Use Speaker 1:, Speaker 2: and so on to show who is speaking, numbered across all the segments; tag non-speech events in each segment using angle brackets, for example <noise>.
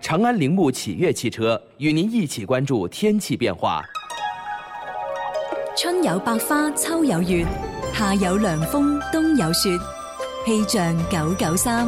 Speaker 1: 长安铃木启悦汽车与您一起关注天气变化。
Speaker 2: 春有百花，秋有月，夏有凉风，冬有雪。气象九九三，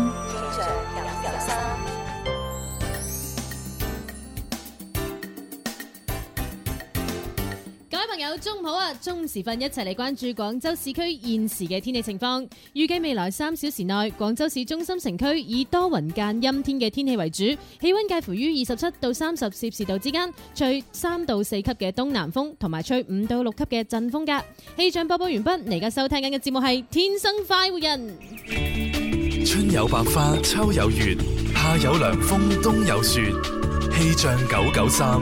Speaker 3: 各位朋友，中午好啊！中午時分一齊嚟關注廣州市區現時嘅天氣情況。預計未來三小時內，廣州市中心城區以多雲間陰天嘅天氣為主，氣温介乎於二十七到三十攝氏度之間，吹三到四級嘅東南風，同埋吹五到六級嘅陣風㗎。氣象播報完畢，你而家收聽緊嘅節目係《天生快活人》。
Speaker 4: 春有百花，秋有月，夏有涼風，冬有雪。氣象九九三，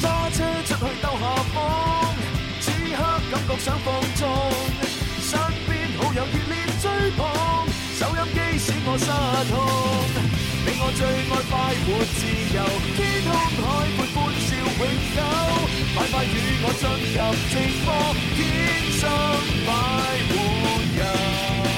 Speaker 5: 揸車出去兜下風，此刻感覺想放縱，身邊好友熱烈追捧，收音機使我失控。你我最愛快活自由，天空海闊歡笑永久，快快與我進入直播，天生快活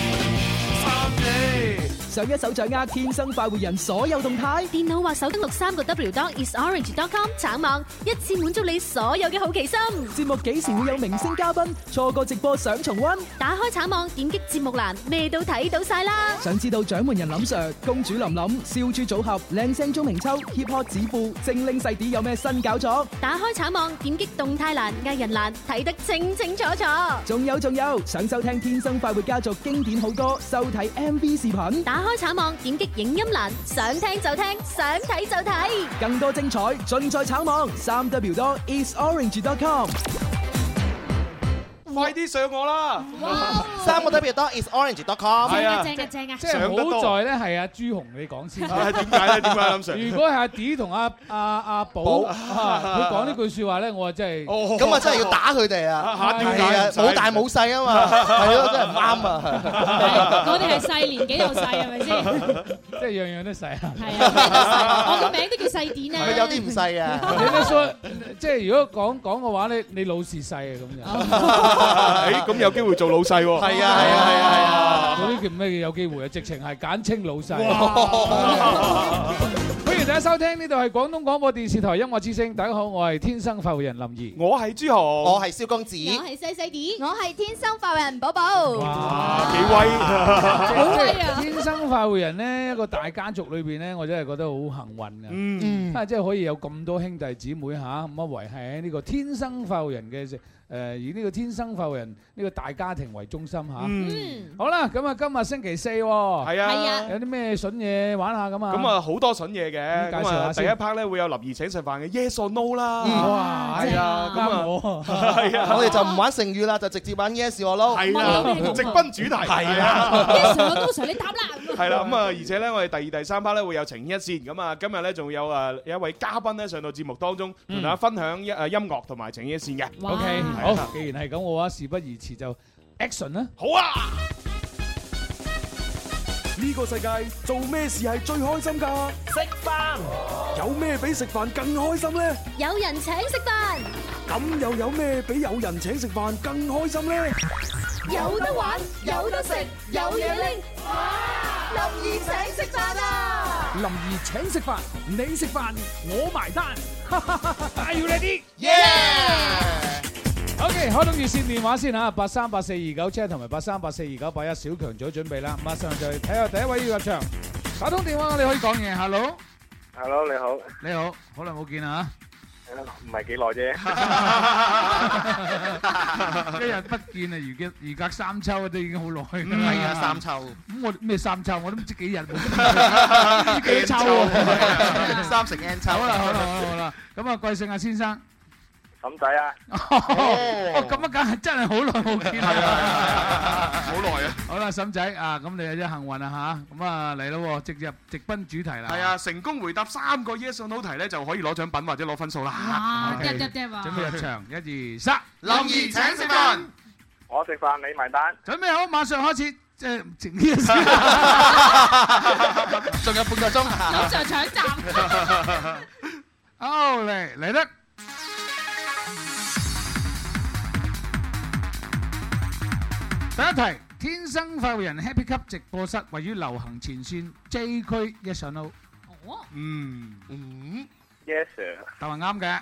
Speaker 5: 人，三你。
Speaker 6: 想一手掌握天生快活人所有動態，
Speaker 7: 電腦或手登錄三個 W dot isorange.com 橙網，一次滿足你所有嘅好奇心。
Speaker 6: 節目幾時會有明星嘉賓？錯過直播想重温？
Speaker 7: 打開橙網，點擊節目欄，咩都睇到晒啦。
Speaker 6: 想知道掌門人林 Sir、公主琳琳、笑豬組合、靚聲鍾明秋、hip hop 指父、精靈細啲有咩新搞作？
Speaker 7: 打開橙網，點擊動態欄、藝人欄，睇得清清楚楚。
Speaker 6: 仲有仲有，想收聽《天生快活家族》經典好歌，收睇 MV 視頻，
Speaker 7: 打開橙網，點擊影音欄，想聽就聽，想睇就睇。
Speaker 6: 更多精彩盡在橙網三 W 多 isorange.com。
Speaker 5: 快啲上我啦！
Speaker 8: 三個 W 多 isorange.com。
Speaker 9: Dạ,
Speaker 5: 係啊，
Speaker 3: 正嘅正嘅
Speaker 9: 即係
Speaker 5: 上得多
Speaker 9: 好在咧係阿朱紅你講先。
Speaker 5: 啊
Speaker 9: <laughs>
Speaker 5: 點解咧？點解林 Sir？
Speaker 9: 如果係阿 D 同阿阿阿寶
Speaker 5: 寶
Speaker 9: 啊佢講呢句説話咧，我真係
Speaker 5: 哦
Speaker 8: 咁啊，真係要打佢哋啊！
Speaker 5: 嚇點
Speaker 8: 係
Speaker 5: 解
Speaker 8: 啊，冇大冇
Speaker 5: <laughs>
Speaker 8: 細啊嘛，係咯，真係唔啱啊！
Speaker 3: <laughs> 我哋係細年紀又細，
Speaker 9: à,
Speaker 3: 係
Speaker 9: <laughs>
Speaker 3: 咪先？
Speaker 9: 即係樣樣都細啊。
Speaker 3: 係啊，我個名都叫細典啊。
Speaker 8: 佢有啲唔細嘅。
Speaker 9: 你咧所以即係如果講講嘅話咧，你老是細嘅咁就。
Speaker 5: <laughs> 誒咁有機會做老細喎。
Speaker 8: 係啊，係啊，係啊，係啊！
Speaker 9: 嗰啲叫咩有機會啊？直情係簡稱老細。
Speaker 5: 哇
Speaker 9: 歡迎大家收聽呢度係廣東廣播電視台音樂之聲。大家好，我係天生快活人林怡。
Speaker 5: 我係朱紅，
Speaker 8: 我係蕭公子，
Speaker 3: 我係細細啲，
Speaker 7: 我係天生快活人寶寶，
Speaker 5: 啊幾
Speaker 3: 好威啊！
Speaker 9: 天生快活人呢，一個大家族裏邊呢，我真係覺得好幸運嘅，
Speaker 5: 威。嗯，
Speaker 7: 嗯，
Speaker 9: 啊，即係可以有咁多兄弟姊妹嚇，咁啊維係喺呢個天生快活人嘅誒、呃以呢個天生快活人呢個大家庭為中心嚇。
Speaker 5: 嗯，
Speaker 3: 嗯，
Speaker 9: 好啦，咁啊今日星期四喎，
Speaker 5: 係
Speaker 3: 係
Speaker 5: 啊
Speaker 3: 啊。
Speaker 9: 有啲咩筍嘢玩下咁啊？
Speaker 5: 咁啊，好多筍嘢嘅。
Speaker 9: 咁介紹
Speaker 5: 咁啊，
Speaker 9: 下
Speaker 5: 第
Speaker 9: 先
Speaker 5: 一 part 咧會有林怡請食飯嘅 Yes or No
Speaker 9: 嗯，
Speaker 5: 啦。
Speaker 9: 哇，
Speaker 5: 係啊，咁
Speaker 9: 啱
Speaker 5: 啊，
Speaker 9: 我。
Speaker 5: 係
Speaker 10: à.
Speaker 5: 啊，
Speaker 8: <laughs> 我哋就唔玩成語啦，就直接玩 Yes 我撈。
Speaker 5: 係
Speaker 3: 我哋
Speaker 5: 啦，
Speaker 3: 都係
Speaker 5: 直奔主題。係
Speaker 8: à.
Speaker 5: 啊。
Speaker 3: Yes or no sir，你答啦。
Speaker 5: 係啦，咁啊，而且咧，我哋第二、第三 part 咧會有情牽一線，咁啊，今日咧仲有啊有一位嘉賓咧上到節目當中，同大家分享一誒音樂同埋情牽一線嘅。
Speaker 3: 哇
Speaker 9: O K，好，既然係咁，我話事不宜遲就 action 啦。
Speaker 5: 好啊！呢個世界做咩事係最開心㗎？食飯有咩比食飯更開心呢？
Speaker 7: 有人請食飯，
Speaker 5: 咁又有咩比有人請食飯更開心呢？
Speaker 7: 有得玩，有得食，有嘢拎，哇！林怡請食飯啊！
Speaker 6: 林怡請食飯，你食飯我埋單。
Speaker 9: <laughs> Are you ready？
Speaker 8: Yeah！
Speaker 9: OK，開通熱線電話先嚇，八三八四二九七同埋八三八四二九八一，小強做好準備啦，馬上就睇下第一位要入場。打通電話我哋可以講嘢，hello，
Speaker 10: Hello，你好，
Speaker 9: 你好，好耐冇見啦
Speaker 10: 唔係幾耐啫，
Speaker 8: <laughs>
Speaker 9: 嚇，一日不見啊，如隔如隔三秋啊都已經好耐㗎啦。
Speaker 8: 係啊，三秋，
Speaker 9: 咁我咩三秋我都唔知幾日冇見，唔
Speaker 8: <laughs>
Speaker 9: 知幾秋 <laughs> 喎。
Speaker 8: 三成 N 秋
Speaker 9: 好啦好啦好啦好啦，咁啊貴姓啊先
Speaker 8: <laughs>
Speaker 9: 生？
Speaker 10: 咁仔
Speaker 9: à.
Speaker 10: 啊，
Speaker 9: 哦，咁啊，梗係真係好耐冇見
Speaker 8: 啊
Speaker 9: 啦。
Speaker 5: 好耐啊！
Speaker 9: 好啦，嬸仔啊，咁你有啲幸運啊吓，咁啊嚟咯喎，直入直奔主題啦。
Speaker 5: 係
Speaker 10: à,
Speaker 5: 啊，，成功回答三個 yes or no 題咧，就可以攞獎品或者攞分數啦。
Speaker 3: 哇，嗒
Speaker 9: OK
Speaker 3: 嗒嗒啊！
Speaker 9: 準備入場，一二三，
Speaker 8: 林怡請食飯。
Speaker 10: 我食飯你埋單，
Speaker 9: 準備好，馬上開始，即係整呢個
Speaker 8: <laughs> 仲有半個鐘。
Speaker 3: 早上搶站，
Speaker 9: <laughs> 好嚟嚟得。第一題，天生快活人Happy Cup直播室位於流行前線J區，yes or no？嗯。
Speaker 11: Yes sir，
Speaker 9: 答案啱嘅。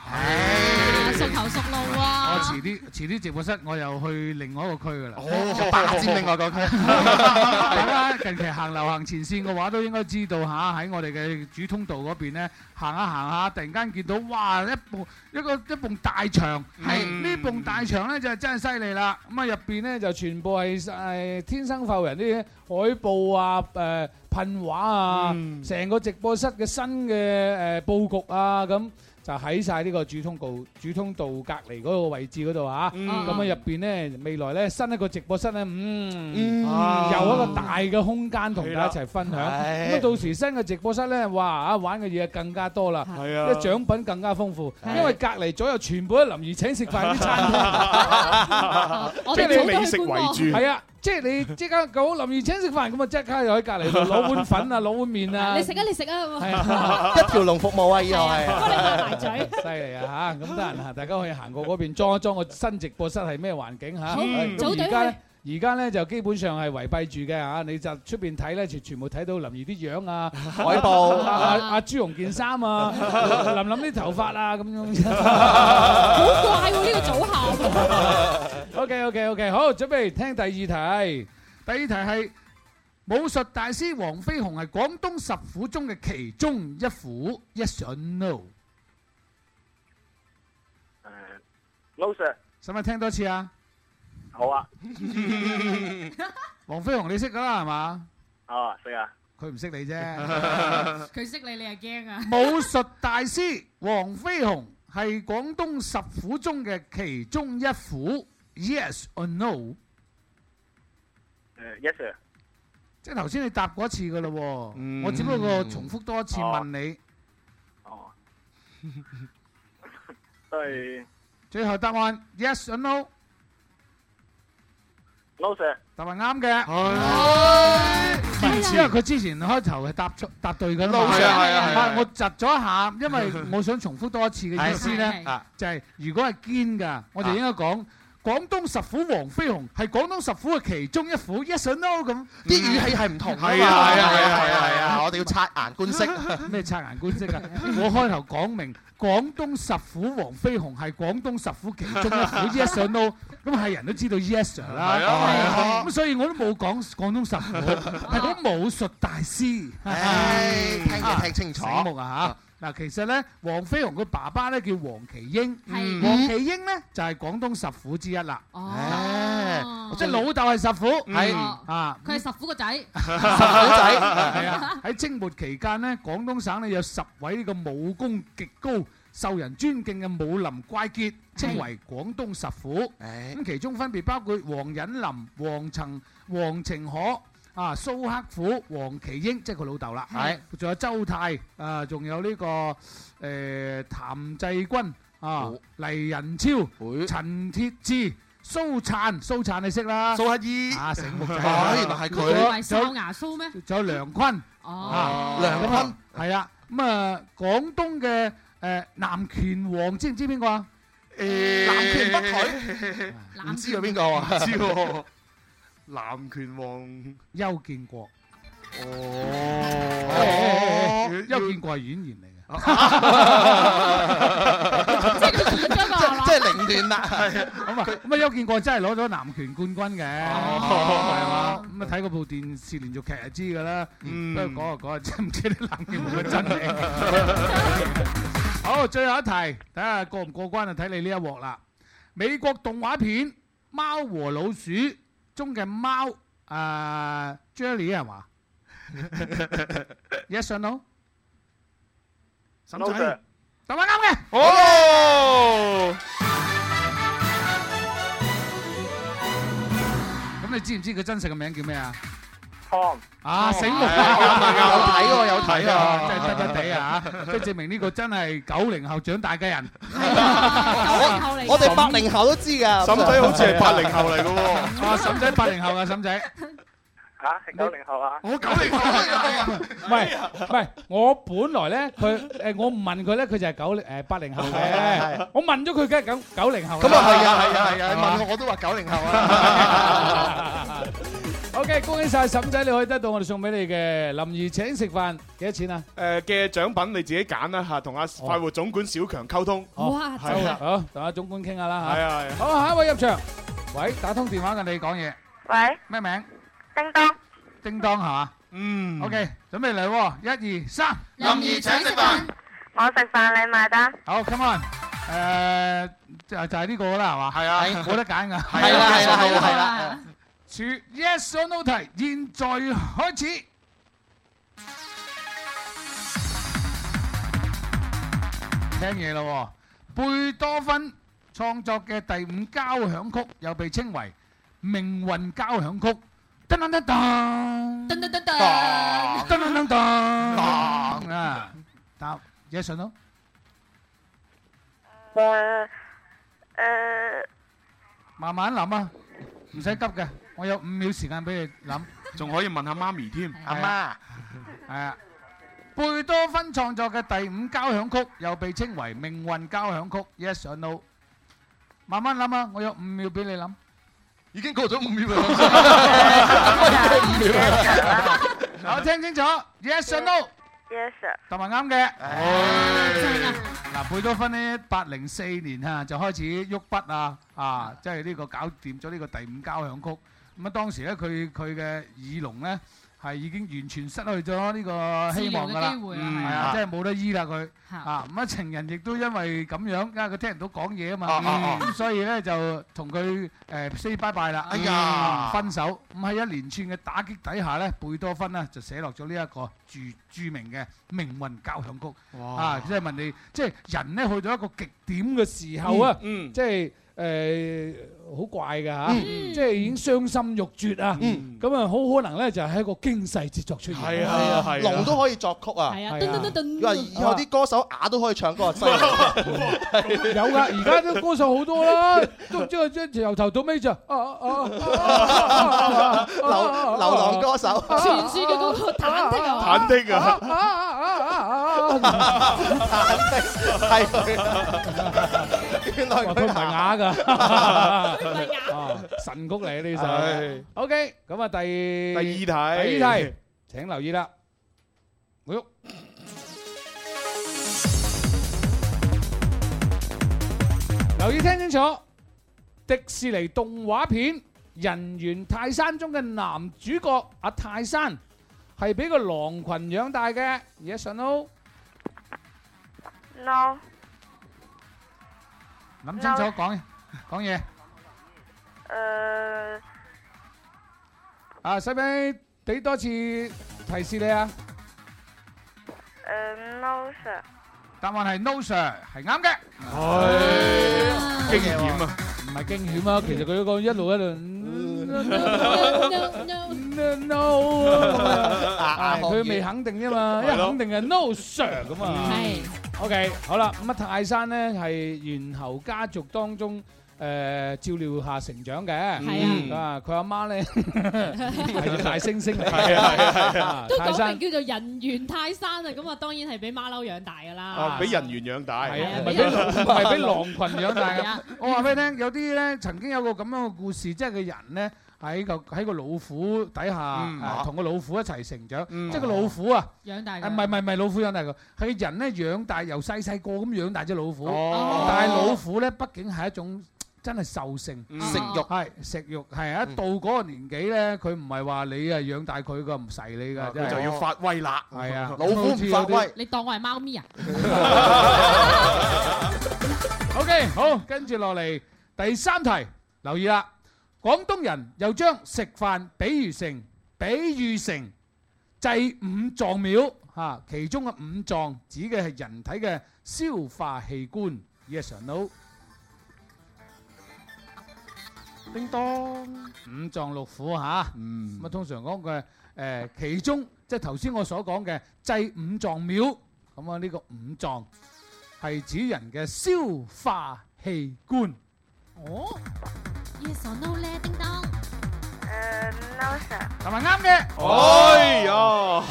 Speaker 9: 我遲啲-遲啲直播室我又去另外一個區㗎啦。
Speaker 5: 哦，霸佔另外個區。
Speaker 9: 大家近期行流行前線嘅話，都應該知道吓，喺我哋嘅主通道嗰邊呢，行下行下，突然間見到，哇，一埲-一個-一埲大牆，呢埲大牆呢，就真係犀利啦。咁啊，入邊呢，就全部係，誒，天生快活人啲海報啊，誒，噴畫啊，成個直播室嘅新嘅，誒，佈局啊，咁就喺晒呢個主通道-主通道隔離嗰個位置嗰度啊。咁啊，入邊呢，未來呢，新一個直播室呢，嗯，有一個大嘅空間同大家一齊分享。
Speaker 10: 係。
Speaker 9: 咁啊，到時新嘅直播室呢，哇，啊，玩嘅嘢更加多啦，
Speaker 10: 係啊。
Speaker 9: 啲獎品更加豐富，因為隔離左右全部都林怡請食飯啲餐廳。
Speaker 10: <laughs>
Speaker 9: 即係你- <laughs> 係啊，即係你即刻講林怡請食飯，咁啊，即刻又喺隔離度攞碗粉啊，攞碗麵啊。
Speaker 5: <laughs>
Speaker 9: <laughs>
Speaker 5: 一條龍服務啊，以後係。
Speaker 9: 啊係啊，犀利啊，嚇，咁得閒啊，大家可以行過嗰邊裝一裝個新直播室係咩環境嚇。
Speaker 5: 好，
Speaker 9: 咁
Speaker 5: 組隊
Speaker 9: 而家
Speaker 5: 去。
Speaker 9: 呢，而家呢，就基本上係圍蔽住嘅嚇，你就出邊睇呢，就全部睇到林怡啲樣啊，
Speaker 5: <laughs> 海報。
Speaker 9: 啊，啊，阿朱紅件衫啊，
Speaker 5: <laughs>
Speaker 9: 林林啲頭髮啊，咁樣。OK，OK，OK，好，準備聽第二題。第二題係，武術大師黃飛鴻係廣東十虎中嘅其中一虎，yes or no？
Speaker 11: ，No sir，
Speaker 9: 使唔使聽多次啊？
Speaker 11: 好啊，
Speaker 9: 黃飛鴻你識㗎啦，係嘛？佢唔識你啫。
Speaker 11: 啊識啊，
Speaker 9: 武術大師黃飛鴻係廣東十虎中嘅其中一虎，yes or no？
Speaker 11: 誒 Yes sir，
Speaker 9: 即係頭先你答過一次噶咯喎，我只不過重複多一次問你，
Speaker 11: 哦，都係
Speaker 9: <laughs> 最後答案 yes or no？
Speaker 11: No sir，
Speaker 9: 答案啱嘅，因為佢之前開頭係答出答對嘅嘛，
Speaker 5: 係啊係啊係啊
Speaker 9: 我窒咗一
Speaker 5: <laughs>
Speaker 9: 下，因為我想重複多一次嘅意思咧
Speaker 5: 係係，
Speaker 9: 就係如果係堅㗎，我就應該講。廣東十虎黃飛鴻係廣東十虎嘅其中一虎，yes or no 咁，啲語氣係唔同
Speaker 5: 係啊係啊係啊係啊係啊我哋要察言觀色。
Speaker 9: <laughs>
Speaker 5: <laughs>
Speaker 9: 咩察言觀色啊？我開頭講明廣東十虎黃飛鴻係廣東十虎其中一虎 yes or no，咁係人都知道 yes sir 啦。
Speaker 5: 係啊係啊
Speaker 9: 咁所以我都冇講廣東十虎，
Speaker 5: <laughs>
Speaker 9: 係講武術大師。 <laughs>
Speaker 5: 唉聽就聽清楚
Speaker 9: 醒目啊嚇！嗱，其實咧，黃飛鴻佢爸爸咧叫黃麒英，
Speaker 5: 係
Speaker 9: 黃麒英咧就係廣東十虎之一啦。哦，即係老豆係十虎，
Speaker 5: 嗯
Speaker 9: 係啊。 <laughs> 係啊！喺清末期間呢，廣東省呢有十位呢個武功極高、受人尊敬嘅武林怪傑，稱為廣東十虎。咁其中分別包括黃隱林、黃曾、黃程可。啊，蘇克虎、黃麒英，即係佢老豆啦，
Speaker 5: 係
Speaker 9: 仲有周泰，啊，仲有呢、個誒、譚濟軍，à, 啊，黎仁超、陳鐵志、蘇燦，蘇燦你識啦，À,
Speaker 5: 蘇乞兒
Speaker 9: 啊，醒目仔，
Speaker 5: 哦原來
Speaker 9: Dạ.
Speaker 5: 係佢
Speaker 9: 仲有仲有梁坤，啊
Speaker 5: 梁坤
Speaker 9: 咁啊係啊，咁啊廣東嘅誒南拳王知唔知邊個啊？南拳北腿，
Speaker 5: 唔知有邊個啊？
Speaker 9: 唔知喎
Speaker 10: 南拳王
Speaker 9: 邱建國。
Speaker 10: 哦
Speaker 9: 邱建國係演員嚟嘅。
Speaker 5: 即係凌亂啦。
Speaker 9: 咁啊，咁啊，邱建國真係攞咗南拳冠軍嘅，係嘛？咁啊，睇嗰部電視連續劇就知㗎啦。不過講啊講啊，真唔知啲南拳王嘅真名。 <laughs> 好，最後一題，睇下過唔過關啊？睇你呢一鑊啦。美國動畫片《貓和老鼠》中嘅貓，啊誒 Jelly 係嘛？Yes or no？
Speaker 10: 沈仔，
Speaker 9: 答案啱嘅。
Speaker 10: 哦，
Speaker 9: 咁你知唔知佢真實嘅名叫咩啊？
Speaker 11: Tom
Speaker 5: Ờ.
Speaker 9: 啊，醒目
Speaker 5: 係啊有睇喎有睇喎
Speaker 9: 係啊真係得得地啊！即係證明呢個真係九零後長大嘅人。
Speaker 5: <laughs> 我我哋八零後都知㗎。
Speaker 9: 沈仔好似係80
Speaker 10: 後嚟嘅喎
Speaker 9: 啊，沈仔八零後啊，沈仔。
Speaker 11: 嚇係九零後
Speaker 5: à?
Speaker 11: 啊，
Speaker 10: 我九零
Speaker 9: à?
Speaker 10: 後
Speaker 9: 唔係唔係，我本來咧佢誒，我唔問佢咧，佢就係九誒八零後嘅。我問咗佢，梗係九九零後啦。
Speaker 5: 咁啊係啊係啊係啊！
Speaker 9: 係嘛
Speaker 8: <laughs>
Speaker 5: 你問我我都話九零後啊。
Speaker 10: OK, 恭喜晒沈仔，你可以得到我哋送俾你嘅林兒請食飯，幾多錢啊？哦
Speaker 5: 誒嘅獎品你自己揀啦嚇，同阿快活總管小強溝通。
Speaker 10: 哇
Speaker 5: 係啦，
Speaker 10: 好，同阿總管傾下啦，嚇。
Speaker 5: 係啊，係啊。
Speaker 10: 好，下一位入場。喂，打通電話嘅你講嘢。咩名？叮當係嘛？
Speaker 9: OK，準備嚟喎，一、二、三。好，come on，誒，就-就係呢個啦，係嘛？冇得揀㗎。
Speaker 5: 係啦，係啦，係啦，係啦。
Speaker 9: 處- yes or no 題，現在開始。聽嘢咯喎，貝多芬創作嘅第五交響曲又被稱為命運交響曲。噔噔噔
Speaker 3: 噔噔
Speaker 9: 噔
Speaker 3: 噔噔
Speaker 9: 噔噔噔噔噔啊！答 yes or no？慢慢諗啊，唔使急嘅，我有五秒時間俾你諗。
Speaker 5: 仲可以問下媽咪添，
Speaker 9: 阿媽。係啊，貝多芬創作嘅第五交響曲又被稱為命運交響曲，Yes or No？慢慢諗啊，我有五秒俾你諗。已經過咗五 <laughs> 秒啦，五秒。我聽清楚，Yes or No？
Speaker 12: Yes sir。
Speaker 9: 同埋啱嘅。嗱，貝多芬呢，八零四年啊就開始喐筆啊，啊，即係呢個搞掂咗呢個第五交響曲。咁啊，當時咧佢佢嘅耳聾咧係已經完全失去咗呢個希望
Speaker 13: 治療
Speaker 9: 㗎
Speaker 13: 嘅
Speaker 9: 啦
Speaker 13: 機，會啊
Speaker 9: 嗯
Speaker 13: 係
Speaker 9: 係
Speaker 13: 啊
Speaker 9: 啊，即係冇得醫啦佢。
Speaker 13: 嚇
Speaker 9: 啊，咁啊情人亦都因為咁樣，因為佢聽唔到講嘢啊
Speaker 5: 哦哦
Speaker 9: 嘛，
Speaker 5: 哦
Speaker 9: 咁所以咧就同佢誒 à, say bye bye 啦。
Speaker 5: 哎呀
Speaker 9: 嗯分手。咁喺一連串嘅打擊底下咧，貝多芬咧就寫落咗呢一個著著名嘅命運交響曲。
Speaker 10: 哇
Speaker 9: 啊，即係問你，即係人咧去到一個極點嘅時候啊，
Speaker 10: 嗯嗯
Speaker 9: 即係誒好怪㗎嚇，
Speaker 10: 嗯
Speaker 9: 即係已經傷心欲絕啊，咁啊好可能咧就係一個經世之作出現。
Speaker 5: 係啊係
Speaker 8: à.
Speaker 5: 啊係啊
Speaker 9: à.
Speaker 8: 龍都可以作曲啊！
Speaker 9: 係啊噔噔噔噔
Speaker 8: 你話以後啲歌手啞都可以唱歌，真係
Speaker 9: 有㗎，而家啲歌手好多啦，都即係即係由頭到尾就啊啊啊啊啊
Speaker 8: 流流浪歌手。
Speaker 3: 傳説嘅嗰個忐忑啊，
Speaker 5: 忐忑啊！
Speaker 8: 係佢，原來佢
Speaker 10: 啞㗎，
Speaker 9: 唔係啞，
Speaker 10: 神曲嚟
Speaker 9: 係
Speaker 10: 呢首。OK，咁啊第
Speaker 9: 第二題
Speaker 10: 第二題，請留意啦。哎呦
Speaker 9: 留意聽清楚，迪士尼動畫片《人猿泰山》中嘅男主角阿泰山係俾個狼群養大嘅，yes or no？
Speaker 12: No。
Speaker 9: 諗清楚講講嘢。
Speaker 12: 誒，
Speaker 9: 啊，使唔使俾多次提示你啊？
Speaker 12: 誒，no sir。
Speaker 9: 答案係 no sir，係啱嘅。
Speaker 5: 係驚險啊！
Speaker 9: 唔係驚險啊，其實佢嗰個一路一路。no 啊，佢未肯定啫嘛，一
Speaker 10: 係咯
Speaker 9: 肯定係 no sir 咁啊。係。OK，好啦，咁啊泰山咧係猿猴家族當中。誒照料下成長嘅，
Speaker 3: 係
Speaker 9: 啊，佢阿 <laughs> 媽咧係隻大猩猩嚟，
Speaker 5: 係啊係啊係啊
Speaker 3: 都講明叫做人猿泰山啊，咁啊當然係俾馬騮養大㗎
Speaker 10: Ờ,
Speaker 3: 啦。
Speaker 5: 啊，俾人猿養大，
Speaker 9: 係啊，唔係俾狼，唔係俾狼群養大嘅。我話俾你聽，有啲咧曾經有個咁樣嘅故事，即係個人咧喺個喺個老虎底下，
Speaker 10: 嗯
Speaker 9: 啊同個老虎一齊成長，
Speaker 10: 嗯
Speaker 9: 即係個老虎啊。
Speaker 10: 養
Speaker 9: 啊
Speaker 10: 大
Speaker 9: 唔係唔係唔係老虎養大佢，係人咧養大由細細個咁養大只老虎，
Speaker 10: 哦
Speaker 9: 但係老虎咧畢竟係一種。真係獸性，
Speaker 5: 嗯
Speaker 8: 食肉
Speaker 9: 係食肉係啊！一到嗰個年紀咧，佢唔係話你啊養大佢㗎，唔噬你㗎，真係
Speaker 5: 啊佢就要發威啦。
Speaker 9: 係啊，
Speaker 5: 虎
Speaker 9: 好似有啲
Speaker 3: 你當我係貓咪啊？
Speaker 9: OK，好，跟住落嚟第三題，留意啦。廣東人又將食飯比喻成，比喻成祭五臟廟嚇、啊其中嘅五臟指嘅係人體嘅消化器官。Yes or no？叮當，五臟六腑嚇，咁啊、通常講嘅誒，其中即係頭先我所講嘅祭五臟廟，咁啊呢個五臟係指人嘅消化器官。
Speaker 3: 哦，yes or no 咧，叮當。
Speaker 12: 誒，no sir。
Speaker 9: 同埋啱嘅。哦
Speaker 5: 哎呀！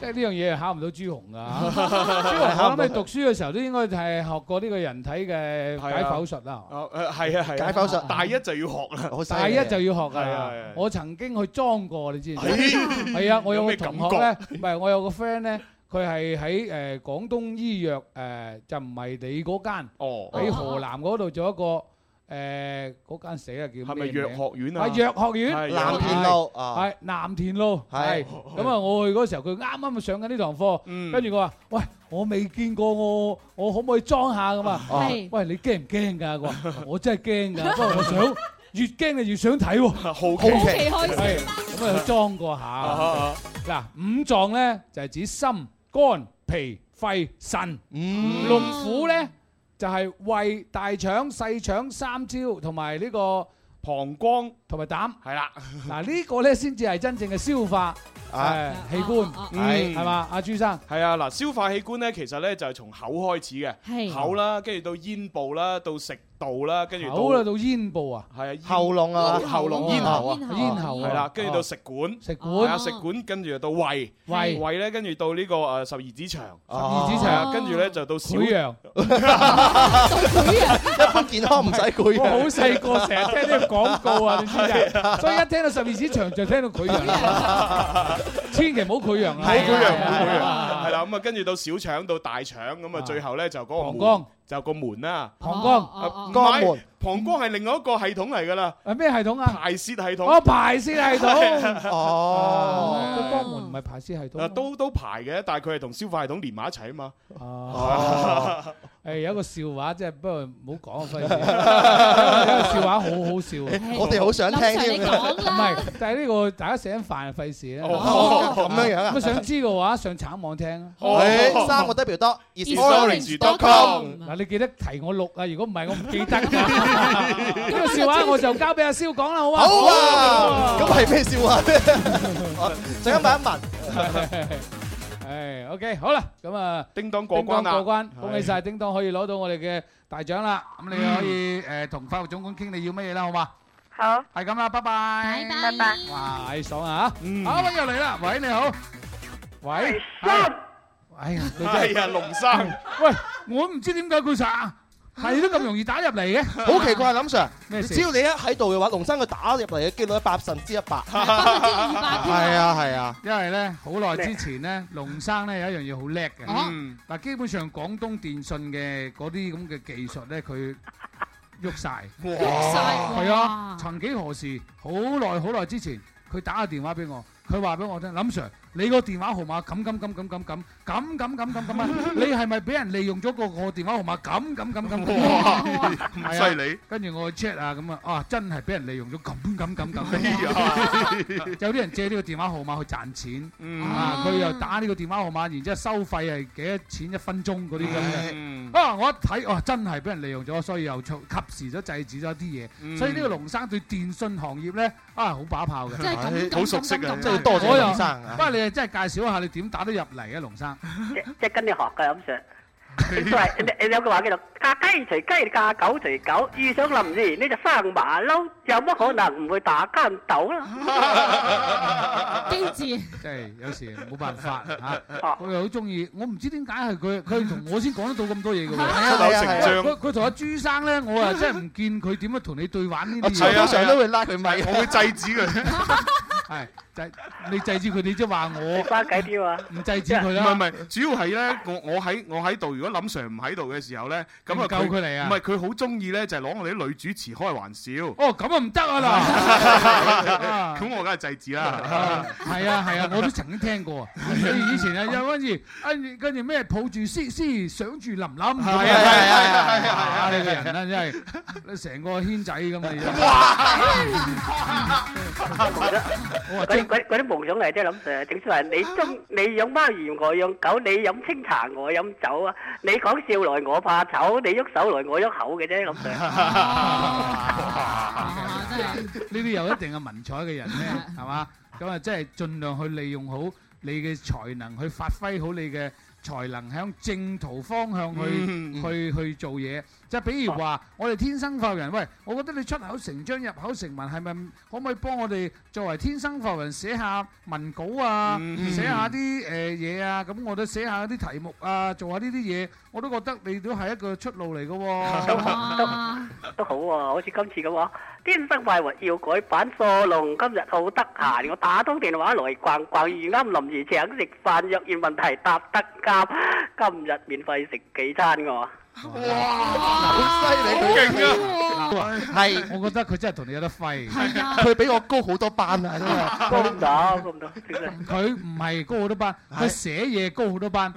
Speaker 9: 即係呢樣嘢係考唔到朱紅㗎。 <laughs> 朱紅，我諗你讀書嘅時候都應該係學過呢個人體嘅解剖術啦。
Speaker 10: 哦，誒，係啊，係啊。大一就要學啦。
Speaker 9: 大一就要學㗎啦
Speaker 10: 係啊，係啊。
Speaker 9: 我曾經去裝過，你知唔知？
Speaker 10: 咦
Speaker 9: 係啊，我有個
Speaker 10: 有咩感
Speaker 9: 同
Speaker 10: 覺
Speaker 9: 學咧，唔係我有個 friend 咧，佢係喺誒廣東醫藥誒，就唔係你嗰間，喺河南嗰度做一個。誒嗰間死啊叫咩
Speaker 10: 係咪
Speaker 9: 名？
Speaker 10: 藥學院啊
Speaker 9: 藥學院，
Speaker 10: 係南田路啊
Speaker 9: 係南田路，
Speaker 10: 係
Speaker 9: 係咁啊！我去嗰時候，佢啱啱上緊呢堂課，跟住我話：喂，我未見過我，我可唔可以裝下咁啊？
Speaker 10: 係
Speaker 9: 喂，你驚唔驚㗎？佢話：我真係驚㗎，不過我
Speaker 10: <laughs>
Speaker 9: 想。越驚就越想睇喎，好
Speaker 10: 奇好奇開心
Speaker 9: 係咁啊，裝過下
Speaker 10: 啊。
Speaker 9: 嗱，五臟咧就係指心、肝、脾、肺、腎。
Speaker 10: 嗯
Speaker 9: 六腑咧就係胃、大腸、細腸、三焦同埋呢個
Speaker 10: 膀胱
Speaker 9: 同埋膽。
Speaker 10: 係啦，
Speaker 9: 嗱呢個咧先至係真正嘅消化誒
Speaker 10: 啊
Speaker 9: 器官，
Speaker 10: 嗯
Speaker 9: 係嘛？阿朱生。
Speaker 10: 係啊，嗱，消化器官咧，其實咧就係從口開始
Speaker 9: 係
Speaker 10: 嘅，口啦，跟住到咽部啦，到食道啦，跟住
Speaker 9: 口啦到咽部啊，
Speaker 10: 嗯係啊，咽
Speaker 8: 喉嚨啊
Speaker 10: 喉嚨、咽喉啊，
Speaker 9: 咽喉啊
Speaker 10: 係啦，跟住到食管，
Speaker 9: 食管
Speaker 10: 係啊，食管，跟住到胃，
Speaker 9: 胃
Speaker 10: 胃咧，跟住到呢個誒十二指腸，十
Speaker 9: 二指腸
Speaker 10: 跟住咧就到小
Speaker 9: 潰
Speaker 10: <laughs>
Speaker 9: 瘍，
Speaker 10: 啊一般健康唔使
Speaker 9: 我好細個成日聽呢個廣告
Speaker 8: <laughs>
Speaker 9: 啊，你知唔知啊？所以一聽到十二指腸就聽到潰瘍
Speaker 8: <laughs>
Speaker 9: 啦，千祈唔好潰瘍
Speaker 10: 唔
Speaker 9: 啦，
Speaker 10: 好潰瘍，唔好潰瘍，
Speaker 9: 啊
Speaker 10: 係啦，咁啊，跟住到小腸到大腸，咁啊，最後咧就嗰個
Speaker 9: 膀
Speaker 10: 門
Speaker 9: 胱，
Speaker 10: 就個門啦，
Speaker 9: 膀胱
Speaker 10: 啊唔
Speaker 9: 肛
Speaker 10: 係
Speaker 9: 門
Speaker 10: 膀胱係另外一個系統嚟㗎啦，
Speaker 9: 係咩系統啊？
Speaker 10: 排泄系統，
Speaker 9: 哦，排泄
Speaker 10: <laughs>
Speaker 9: 系統，
Speaker 10: 哦
Speaker 9: 個肛門唔係排泄系統
Speaker 10: 啊，。都都排嘅，但係佢係同消化系統連埋一齊啊嘛。
Speaker 9: 哦，
Speaker 10: <laughs>
Speaker 9: 誒有一個笑話，即係不過唔好講啊，
Speaker 8: <laughs>
Speaker 9: 費事。有一個笑話好好笑啊，
Speaker 8: 我哋好想聽添林 Sir，你講
Speaker 9: 唔係，但係呢個大家食緊飯啊費事咧。
Speaker 8: 哦咁樣樣啊
Speaker 9: 咁想知嘅話，上橙網聽啊。
Speaker 8: 哦誒三個 W 多 isorange.com
Speaker 9: 嗱，你記得提我錄啊，如果唔係我唔記
Speaker 8: <laughs>
Speaker 9: 得。呢個笑話我就交俾阿蕭講啦，好嘛？
Speaker 8: 好啊咁係咩笑
Speaker 9: <laughs>
Speaker 8: 話咧我陣間問一問
Speaker 9: 唉，OK，好啦，咁啊，
Speaker 10: 叮當
Speaker 9: 過
Speaker 10: 過關啦
Speaker 9: 過關，
Speaker 10: 係
Speaker 9: 恭喜晒叮當可以攞到我哋嘅大獎啦。
Speaker 14: 咁你可以誒同法務總管傾你要乜嘢啦，好嘛？
Speaker 12: 好，
Speaker 14: 係咁啦，拜拜，
Speaker 12: 拜拜。
Speaker 9: 哇，爽啊！
Speaker 14: 好，咁又嚟啦，喂，你好，
Speaker 9: 喂，
Speaker 14: 哎呀，
Speaker 9: 你真係
Speaker 10: 係啊，龍生，
Speaker 14: 喂，我唔知點解佢實係都咁容易打入嚟嘅，
Speaker 8: 好奇怪，林 Sir，
Speaker 14: 咩事
Speaker 8: 只要你一喺度嘅話，龍生佢打入嚟嘅機率一百分之一百，係啊係啊，
Speaker 14: 因為咧好耐之前咧，龍生咧有一樣嘢好叻
Speaker 9: 哦
Speaker 14: 嘅，嗱基本上廣東電信嘅嗰啲咁嘅技術咧，佢喐晒，
Speaker 9: 喐晒哇
Speaker 14: 係啊！曾幾何時，好耐好耐之前，佢打個電話俾我，佢話俾我聽，林 Sir，你個電話號碼咁咁咁咁咁咁咁咁咁咁咁啊，你係咪俾人利用咗個個電話號碼咁咁咁咁？
Speaker 10: 哇
Speaker 14: 係啊
Speaker 10: 咁犀利！
Speaker 14: 跟住我去 check 啊，咁啊，啊真係俾人利用咗咁咁咁咁。有啲人 <laughs> 借呢個電話號碼去賺錢，
Speaker 10: 嗯
Speaker 14: 啊，佢又打呢個電話號碼，然之後收費係幾多錢一分鐘嗰啲咁
Speaker 10: 嗯
Speaker 14: 嘅。啊，我一睇，哇，真係俾人利用咗，所以又措及時咗制止咗啲嘢。
Speaker 10: 嗯
Speaker 14: 所以呢個龍生對電信行業咧，啊，好把炮嘅，
Speaker 10: 真係咁咁好熟悉啊咁咁
Speaker 14: 真
Speaker 10: 真
Speaker 14: 係
Speaker 10: 係多謝
Speaker 14: 我又
Speaker 10: 龍生啊
Speaker 14: 不過你係真係介紹一下你點打得入嚟啊，龍生。
Speaker 11: 即係跟你學㗎，
Speaker 14: <laughs>
Speaker 11: 咁上。都係你你有句話叫做嫁雞隨雞，嫁狗隨狗。遇上林志呢就生麻嬲，有乜可能唔會打奸鬥啦？
Speaker 14: <laughs> 精致，即係有時冇辦法嚇，佢又好中意。我唔知點解係佢，佢同我先講得到咁多嘢嘅喎。
Speaker 8: 啊係啊係啊
Speaker 14: 佢佢同阿朱生咧，我啊真係唔見佢點樣同你對玩呢啲
Speaker 8: 我
Speaker 14: 嘢。
Speaker 8: 通常都會拉佢咪
Speaker 14: 係啊
Speaker 8: 我會制
Speaker 10: 止佢。
Speaker 14: 係制你制止佢，你即係話我
Speaker 11: 關計啲喎。
Speaker 14: 唔制止佢啦。
Speaker 10: 唔係唔係，主要係咧，我我喺我喺度，如果林 Sir 唔喺度嘅時候咧，咁
Speaker 14: 你唔
Speaker 10: 啊
Speaker 14: 夠佢嚟啊
Speaker 10: 唔係佢好中意咧，就係攞我哋啲女主持開玩笑。
Speaker 14: 哦，咁啊唔得啊啦！
Speaker 10: <laughs> 咁我梗係制止啦。
Speaker 14: 係 <laughs> 啊係啊，我都曾經聽過啊。以前啊，有嗰陣時，跟住跟住咩抱住詩詩，想住林林咁
Speaker 10: 係啊係啊係啊係啊係
Speaker 14: 啊
Speaker 10: 啊
Speaker 14: 你個人咧真係你成個軒仔咁
Speaker 10: <laughs>
Speaker 14: 啊！
Speaker 11: 嗰啲嗰啲嗰啲夢想嚟啫，諗住整出嚟。你中你養貓兒，我養狗；你飲清茶，我飲酒啊！你講笑來，我怕醜；你喐手來，我喐口嘅啫，諗
Speaker 14: 呢啲有一定嘅文采嘅人咧，係嘛？咁啊，即係盡量去利用好你嘅才能，去發揮好你嘅才能，向正途方向去、
Speaker 10: 嗯
Speaker 14: 去去做嘢。
Speaker 9: 就係比如話，我哋天生發人，喂，我覺得你出口成章入口成文，係咪可唔可以幫我哋作為天生發人寫下文稿啊，
Speaker 10: 嗯
Speaker 9: 寫下啲誒嘢啊，咁我都寫下啲題目啊，做下呢啲嘢，我都覺得你都係一個出路嚟嘅喎。
Speaker 11: 都好喎、好似今次咁喎。天生快活要改版索龍，今日好得閒，我打通電話來逛逛，遇啱林如請食飯，若然問題答得啱，今日免費食幾餐喎。
Speaker 9: 係，我覺得佢真係同啊你有得揮。
Speaker 8: 佢比我高好多班啊，真係。
Speaker 11: 高唔到，高唔到，
Speaker 9: 佢唔係高好多班，佢寫嘢高好多班，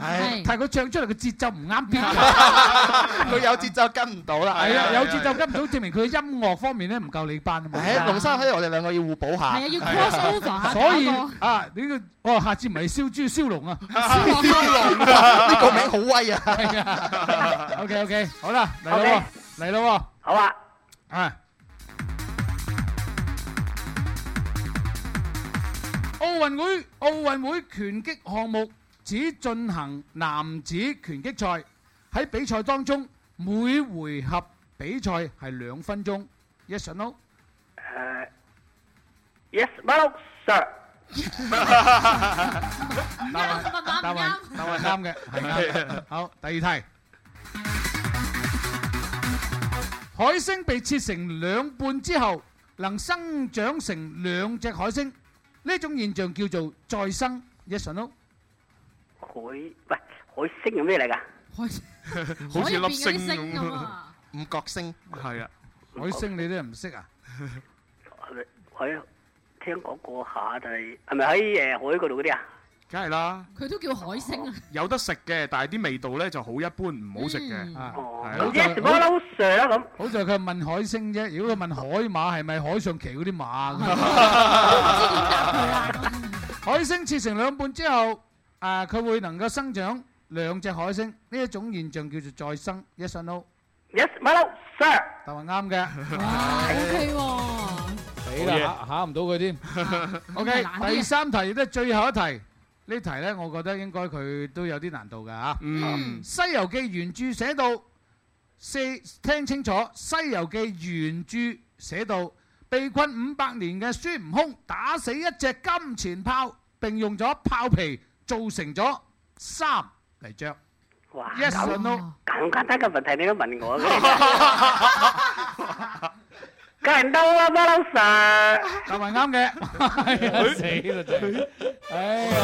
Speaker 9: 但係佢唱出嚟嘅節奏唔啱邊。
Speaker 8: <laughs> 佢有節奏跟唔到啦。
Speaker 9: 係啊，有節奏跟唔到，證明佢嘅音樂方面咧唔夠你班啊嘛。
Speaker 8: 係龍生喺度，我哋兩個要互補下。
Speaker 9: 係啊要 crossover 下所以搞啊，呢個哦，下次唔係燒豬燒龍啊，
Speaker 8: 燒龍啊呢個名好威啊
Speaker 9: 係啊，OK OK，好啦，嚟啦
Speaker 8: OK
Speaker 9: 喎，嚟啦喎，
Speaker 11: 好啊，
Speaker 9: 啊。奧運會奧運會拳擊項目只進行男子拳擊賽，喺比賽當中每回合比賽係兩分鐘。Yes or no？
Speaker 11: 誒，yes，no sir。
Speaker 9: 答案答案答案啱嘅，係啱
Speaker 5: Dạ.
Speaker 9: 嘅。好，第二題。海星被切成兩半之後，能生長成兩隻海星，呢種現象叫做再生。Yes or no？
Speaker 11: 海喂海星係咩嚟㗎？
Speaker 9: 海
Speaker 11: 好似粒星咁啊
Speaker 8: 五角星
Speaker 9: 係啊，海星你都唔識啊？
Speaker 11: 係咪海聽講過下，但係係咪喺誒海嗰度嗰啲啊？
Speaker 10: 梗係啦，
Speaker 3: 佢都叫海星啊！
Speaker 10: 有得食嘅，但係啲味道咧就好一般，唔好食嘅。
Speaker 14: 哦
Speaker 9: 好
Speaker 10: 係
Speaker 9: 在
Speaker 10: 啊
Speaker 11: 好 Sir 啦咁。
Speaker 9: 好在佢問海星啫，如果佢問海馬係咪海上騎嗰啲 <laughs> 馬咁？海星切成兩半之後，啊，佢會能夠生長兩隻海星，呢一種現象叫做再生。Yes or no？Yes,
Speaker 11: my lord, sir。
Speaker 9: 答案啱
Speaker 3: OK
Speaker 9: 嘅。
Speaker 3: 喎，
Speaker 9: 死啦，考唔到佢添。OK，
Speaker 3: 懶啲啊
Speaker 9: 第三題亦都係最後一題。呢題呢，我覺得應該佢都有啲難度㗎嚇。
Speaker 10: 嗯
Speaker 9: 《西遊記》原著寫到四，聽清楚，《西遊記》原著寫到被困五百年嘅孫悟空打死一隻金錢豹，並用咗豹皮做成咗衫嚟着。
Speaker 11: 哇
Speaker 9: Yes or
Speaker 11: 咁 <laughs>
Speaker 9: no？
Speaker 11: 咁簡單嘅問題你都問
Speaker 9: <laughs>
Speaker 11: 我，梗係 no 啦，馬騮 Sir。
Speaker 9: 答埋啱嘅，係啊 <laughs> 死啦真係，哎呀！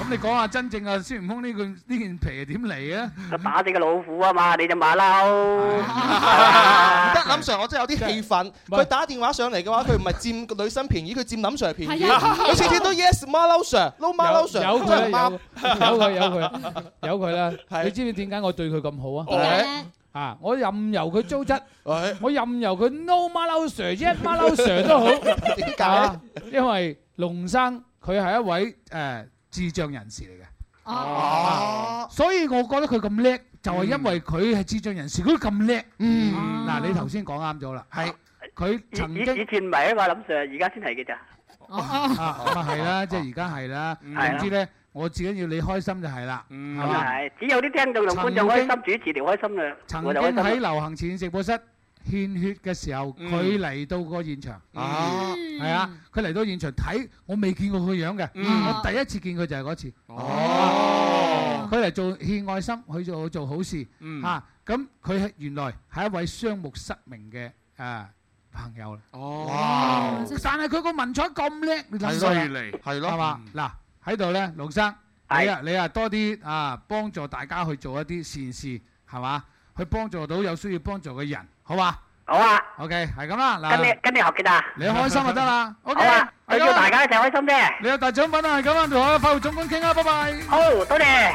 Speaker 9: 咁你講下真正嘅孫悟空呢件呢件皮係點嚟啊？
Speaker 11: 佢打死個老虎啊嘛，你只
Speaker 9: <laughs>
Speaker 11: 馬騮。
Speaker 8: 唔得，林 Sir，我真係有啲氣憤。佢打電話上嚟嘅話，佢唔係佔女生便宜，佢佔林 Sir 便宜。
Speaker 9: 係啊
Speaker 8: 佢次次都 yes，馬騮 Sir，no 馬騮 Sir，
Speaker 5: 有
Speaker 8: 真係
Speaker 5: 佢
Speaker 8: 唔
Speaker 5: 啦
Speaker 8: 啱。，
Speaker 5: 有佢
Speaker 8: <laughs>
Speaker 5: 有佢有佢有佢啦。你知唔知點解我對佢咁好
Speaker 8: 點解
Speaker 5: 啊？啊！我任由佢糟質，我任由佢 no 馬騮 Sir，一馬騮 Sir 都好。
Speaker 8: <laughs> 點解
Speaker 5: 啊？因為龍生佢係一位誒智障人士嚟嘅。
Speaker 9: 哦，所以我覺得佢咁叻，就係因為佢係智障人士，佢都咁叻。嗯，嗱，你頭先講啱咗啦，係佢
Speaker 11: 以
Speaker 9: 曾
Speaker 11: 以
Speaker 9: 經
Speaker 11: 以前唔係啊嘛，林 Sir，而家先係嘅咋。
Speaker 9: 啊，咁啊係啦，即係而家係啦。
Speaker 11: 係啦
Speaker 9: 總之咧，我至緊要你開心就係啦，係
Speaker 11: 咁啊
Speaker 9: 嘛？
Speaker 11: 係，只有啲聽眾同觀眾開心，主持條開心啦，
Speaker 9: 曾
Speaker 11: 我
Speaker 9: 經
Speaker 11: 就開
Speaker 9: 喺
Speaker 11: 心啦。
Speaker 9: 流行前直播室獻血嘅時候，
Speaker 11: 嗯
Speaker 9: 佢嚟到個現場，
Speaker 11: 啊
Speaker 9: 係啊，佢嚟到現場睇，我未見過佢樣嘅，我第一次見佢就係嗰次。哦，佢嚟做獻愛心，去做做好事
Speaker 10: 嗯
Speaker 9: 嚇。咁佢係原來係一位雙目失明嘅誒朋友啦。
Speaker 5: Ờ,
Speaker 10: 哦
Speaker 9: 哇但係佢個文采咁叻，你諗下
Speaker 10: 犀利係咯
Speaker 9: 係嘛？
Speaker 11: 嗯
Speaker 9: 嗱喺度咧，龍生，你啊你啊多啲啊幫助大家去做一啲善事，係嘛？去幫助到有需要幫助嘅人，好嘛？
Speaker 11: 好啊。
Speaker 9: OK，係咁啦。
Speaker 11: 跟你
Speaker 9: 嗱，
Speaker 11: 跟你學嘅咋。
Speaker 9: 你開心就得啦。OK，
Speaker 11: 好啊，我
Speaker 9: 係咁
Speaker 11: 要
Speaker 9: 啦
Speaker 11: 大家一齊開心啫。
Speaker 9: 你有大獎品啊，係咁啊，同我法務總管傾啊，拜拜。
Speaker 11: 好，多謝。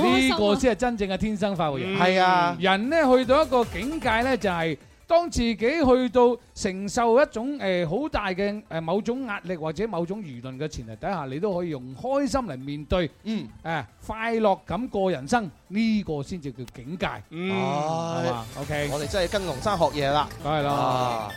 Speaker 5: <laughs> 嗱呢個先係真正嘅天生快活人。
Speaker 8: 嗯係啊
Speaker 5: 人咧去到一個境界咧，就係當自己去到承受一種誒好大嘅誒某種壓力或者某種輿論嘅前提底下，你都可以用開心嚟面對。
Speaker 8: 嗯，
Speaker 5: 誒快樂咁過人生，呢個先至叫境界。係嘛？OK，
Speaker 9: 嗯
Speaker 8: 我哋真係跟龍生學嘢啦。
Speaker 5: 梗係啦。
Speaker 8: 啊。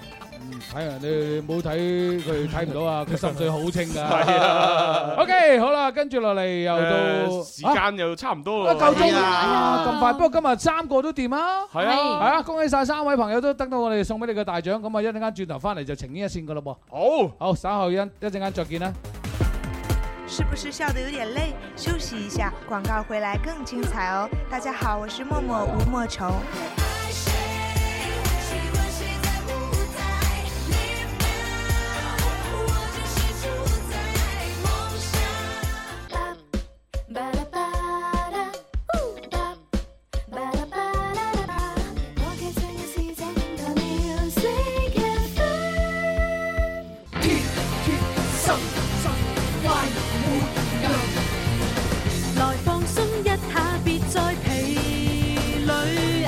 Speaker 5: Được rồi, bây giờ chúng ta sẽ cùng nhau chơi một trò chơi Trò chơi này là một trò chơi
Speaker 9: 睇啊，你冇睇佢睇唔到啊，佢心水好清㗎。
Speaker 10: 係啊
Speaker 9: à. OK，好啦，跟住落嚟又到
Speaker 10: Ờ, 誒時間又差唔多
Speaker 9: 啊
Speaker 10: 啦，
Speaker 9: 夠鐘啦，咁快！不過今日三個都掂啊，
Speaker 10: 係啊
Speaker 9: 係啊，恭喜晒三位朋友都得到我哋送俾你嘅大獎，咁啊一陣間轉頭翻嚟就情牽一線噶咯
Speaker 10: 噃。
Speaker 9: 好，好，稍後一一陣間再見啦。
Speaker 15: 是不是笑得有点累？休息一下，广告回来更精彩哦。大家好，我是默默吴莫愁。
Speaker 5: 来放松一下，别再疲累。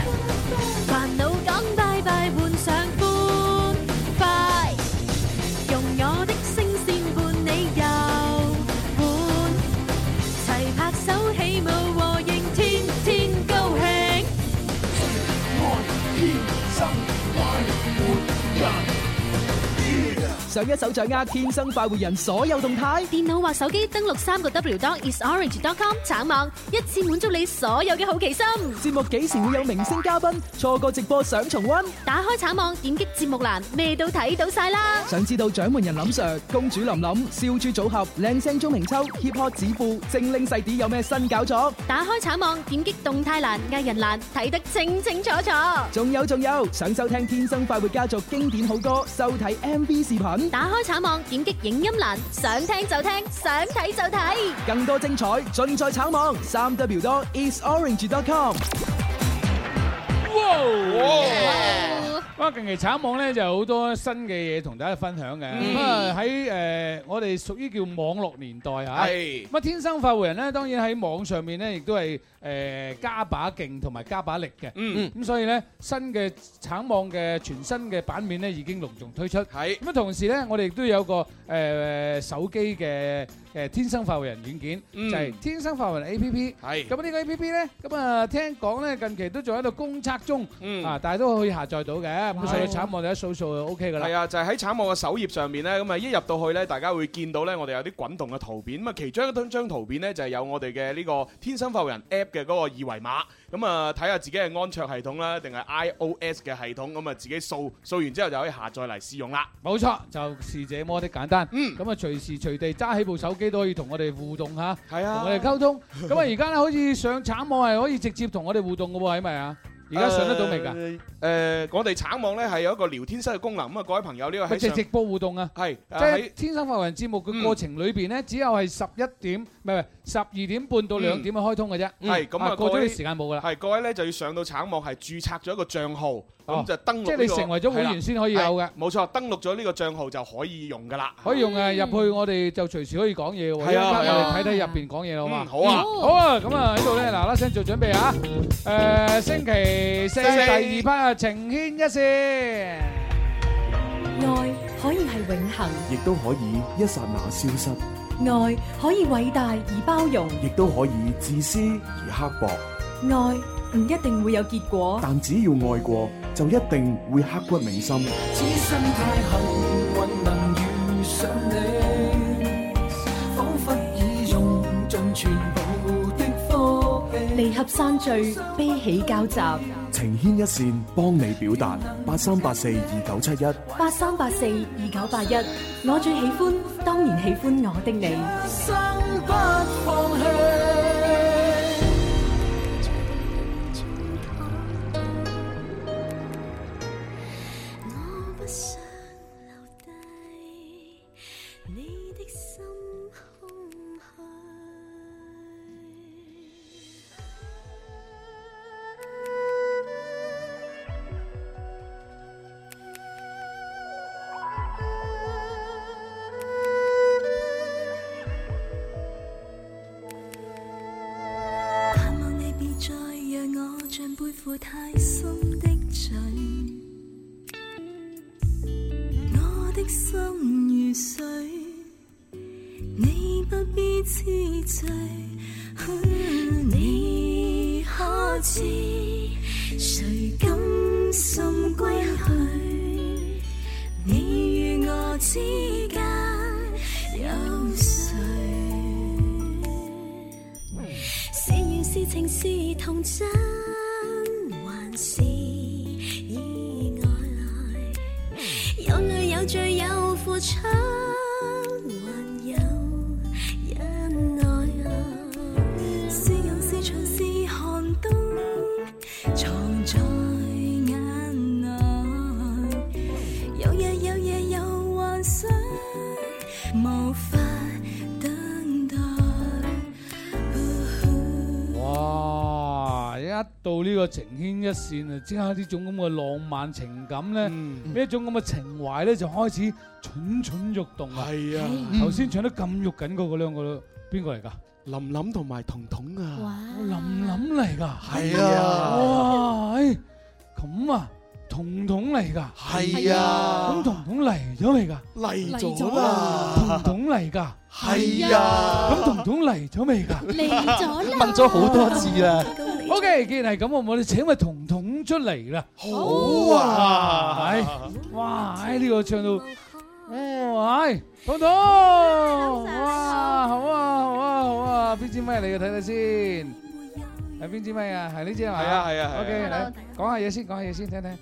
Speaker 5: 烦恼讲拜拜，换上欢快。用我的声线伴你游玩，齐拍手起舞和应天天高兴。
Speaker 6: 上一手掌握天生快活人所有動態。
Speaker 5: 電腦或手機登錄三個 W dot isorange.com 橙網，一次滿足你所有嘅好奇心。
Speaker 6: 節目幾時會有明星嘉賓？錯過直播想重温？
Speaker 5: 打開橙網，點擊節目欄，咩都睇到晒啦。
Speaker 6: 想知道掌門人林 Sir、公主琳琳、笑豬組合、靚聲鐘明秋、hip hop 指父、精靈細啲有咩新搞作？
Speaker 5: 打開橙網，點擊動態欄、藝人欄，睇得清清楚楚。
Speaker 6: 仲有仲有，想收聽《天生快活家族》經典好歌，收睇 MV 視頻，
Speaker 5: 打開橙網，點擊影音欄，想聽就聽，想睇就睇。
Speaker 6: 更多精彩盡在橙網三 W 多 isorange.com。
Speaker 9: 哇！近期橙網咧就有好多新嘅嘢同大家分享嘅。咁啊喺誒我哋屬於叫網絡年代嚇。
Speaker 10: 係
Speaker 9: 咁啊，天生快活人咧，當然喺網上面咧，亦都係誒加把勁同埋加把力嘅。
Speaker 10: 嗯
Speaker 9: 咁所以咧，新嘅橙網嘅全新嘅版面咧已經隆重推出。
Speaker 10: 係。
Speaker 9: 咁啊，同時咧，我哋亦都有個誒手機嘅誒天生快活人軟件，
Speaker 10: 嗯
Speaker 9: 就係天生快活人 A P P。
Speaker 10: 係。
Speaker 9: 咁呢個 A P P 咧，咁啊聽講咧近期都仲喺度公測中。啊，但係都可以下載到嘅，咁上去橙網就一掃掃就 OK 噶啦。
Speaker 10: 係啊，就係喺橙網嘅首頁上面咧，咁啊一入到去咧，大家會見到咧，我哋有啲滾動嘅圖片。咁啊，其中一張張圖片咧就係有我哋嘅呢個天生發人 App 嘅嗰個二維碼。咁啊，睇下自己係安卓系統啦，定係 iOS 嘅系統。咁啊，自己掃掃完之後就可以下載嚟試用啦。
Speaker 9: 冇錯，就是這麼的簡單。嗯，咁啊隨時隨地揸起部手機都可以同我哋互動嚇，
Speaker 10: 係啊
Speaker 9: 同我哋溝通。咁啊而家咧好似上橙網係可以直接同我哋互動嘅喎，係咪啊？而家上得到未㗎？
Speaker 10: 誒、呃我哋橙網咧係有一個聊天室嘅功能。咁啊，各位朋友呢個
Speaker 9: 咪
Speaker 10: 喺
Speaker 9: 直
Speaker 10: 上
Speaker 9: 直播互動啊！
Speaker 10: 係
Speaker 9: 即
Speaker 10: 啊
Speaker 9: 係
Speaker 10: 喺
Speaker 9: 天生發人節目嘅過程裏邊咧，只有係十一點，唔係唔係十二點半到兩點去開通嘅啫。
Speaker 10: 係咁
Speaker 9: 過
Speaker 10: 啊，
Speaker 9: 咗
Speaker 10: 各
Speaker 9: 呢
Speaker 10: 位
Speaker 9: 時間冇㗎啦。
Speaker 10: 係各位咧就要上到橙網係註冊咗一個帳號，
Speaker 9: 哦
Speaker 10: 咁就登錄呢個。
Speaker 9: 即係你成為咗會員先可以有
Speaker 10: 係啦
Speaker 9: 嘅。
Speaker 10: 係冇錯，登錄咗呢個帳號就可以用㗎啦。
Speaker 9: 可以用啊，入去我哋就隨時可以講嘢嘅喎，
Speaker 10: 嗯
Speaker 9: 一陣
Speaker 10: 係啊
Speaker 9: 間
Speaker 10: 係啊
Speaker 9: 我哋睇睇入邊講嘢啦，好嘛？
Speaker 10: 嗯好啊
Speaker 9: 好啊，咁啊喺度咧，嗱嗱聲做準備啊！誒，星期四第
Speaker 2: 星期四
Speaker 9: 二 part 啊，情牽一線。
Speaker 2: 愛可以係永恆，
Speaker 16: 亦都可以一刹那消失，
Speaker 2: 愛可以偉大而包容，
Speaker 16: 亦都可以自私而刻薄。
Speaker 2: 愛唔一定會有結果。
Speaker 16: 但只要愛過，就一定會刻骨銘心。
Speaker 12: 此生太幸運能遇上你，彷彿已用盡全部的福氣。
Speaker 2: 離合散聚，悲喜交集。
Speaker 16: 情牽一線，幫你表達。八三八四二九七一，
Speaker 2: 八三八四二九八一，我最喜歡，當然喜歡我的你。
Speaker 12: 生不放棄。
Speaker 5: 我不想留低你的心空虛。盼望你別再讓我像背負太深的罪。我的心如水，你不必痴醉。你可知誰甘心歸去？你
Speaker 17: 之間有誰？是緣是情是童真，還是意外來？有淚有罪有付出，還有忍耐啊！是人是牆是寒冬，藏在眼內。有日有夜有幻想，無法等待。
Speaker 9: 哇！一到呢個情牽一線啊，即刻呢種咁嘅浪漫情感咧，
Speaker 10: 嗯
Speaker 9: 呢一種咁嘅情懷咧，就開始蠢蠢欲動啊！係
Speaker 10: 啊
Speaker 9: 頭先唱得咁肉緊嗰個兩個邊個嚟㗎？
Speaker 10: 林林同埋彤彤啊！
Speaker 9: 哦林林嚟㗎，
Speaker 10: 係啊
Speaker 9: 哇！哎咁啊，彤彤嚟㗎，
Speaker 10: 係啊
Speaker 9: 咁彤彤嚟咗未㗎？
Speaker 10: 嚟咗啦
Speaker 9: 彤彤嚟㗎，
Speaker 8: 係啊
Speaker 9: 咁彤彤嚟咗未㗎？
Speaker 8: 嚟咗啦問咗好多次啦。
Speaker 9: OK，既然係咁，我我哋請埋彤彤出嚟啦。
Speaker 8: 好啊
Speaker 9: 係，哇！哎呢個唱到，哇！哎彤彤，哇！好啊，好啊，好啊！邊支咪嚟嘅？睇睇先。係邊支咪啊？係呢支係嘛？
Speaker 10: 係啊係啊係啊
Speaker 9: OK，
Speaker 10: Hello，
Speaker 9: 嚟講下嘢先，講下嘢先，聽聽。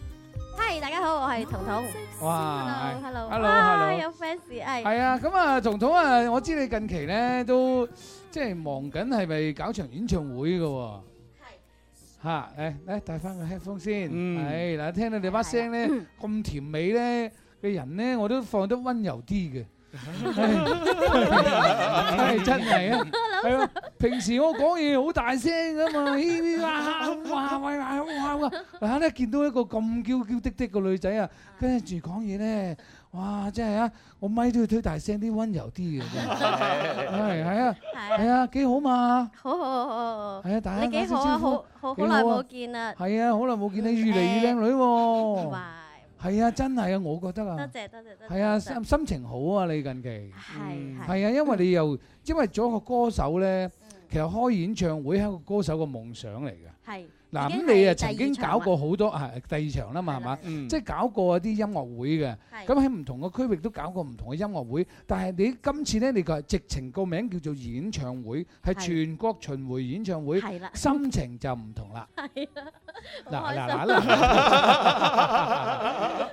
Speaker 18: 嗨，大家好，我系彤彤。
Speaker 9: 哇
Speaker 18: Hello，Hello，
Speaker 9: hello，
Speaker 18: 哇
Speaker 9: hello
Speaker 18: 有 fans 哎系。
Speaker 9: 係啊，咁啊，彤彤啊，我知你近期咧都即係忙緊，係咪搞場演唱會嘅喎？嚇！誒，嚟戴翻個 headphone 先。係嗱，聽到你把聲咧咁甜美咧嘅人咧，我都放得温柔啲嘅。係真係啊！係啊，平時我講嘢好大聲噶嘛，咿
Speaker 18: <laughs>
Speaker 9: 咿哇哇喂哇哇哇！嗱咧見到一個咁嬌嬌滴滴嘅女仔啊，跟住講嘢咧，哇！真係啊，我咪都要推大聲啲，温柔
Speaker 18: <laughs>
Speaker 9: 啲嘅。真係係係啊，係啊，幾好嘛！
Speaker 18: 好好好好。
Speaker 9: 係啊，大家
Speaker 18: 你幾好啊？
Speaker 9: 打聲招呼
Speaker 18: 好好
Speaker 9: 幾
Speaker 18: 好耐
Speaker 9: 啊
Speaker 18: 冇見啦。
Speaker 9: 係啊，好耐冇見你，越嚟越靚女喎。係啊，真係啊，我覺得啊。
Speaker 18: 多謝多謝多謝。
Speaker 9: 係啊，心心情好啊，你近期
Speaker 18: 係係。
Speaker 9: 係啊，因為你又因為做一個歌手咧，其實開演唱會係一個歌手嘅夢想嚟嘅。
Speaker 18: 係。
Speaker 9: 嗱，
Speaker 18: 已經
Speaker 9: 咁你啊
Speaker 18: 係第二
Speaker 9: 曾經
Speaker 18: 場
Speaker 9: 搞
Speaker 18: 啦
Speaker 9: 過好多係第二場啦嘛，係嘛？即係搞過啲音樂會嘅，
Speaker 18: 係
Speaker 9: 咁喺唔同嘅區域都搞過唔同嘅音樂會。但係你今次咧，你個直情個名叫做演唱會，係
Speaker 18: 係
Speaker 9: 全國巡迴演唱會
Speaker 18: 係啦，
Speaker 9: 心情就唔同啦。
Speaker 18: 係啊。好
Speaker 9: 嗱嗱嗱
Speaker 18: 開心。
Speaker 9: 嗱，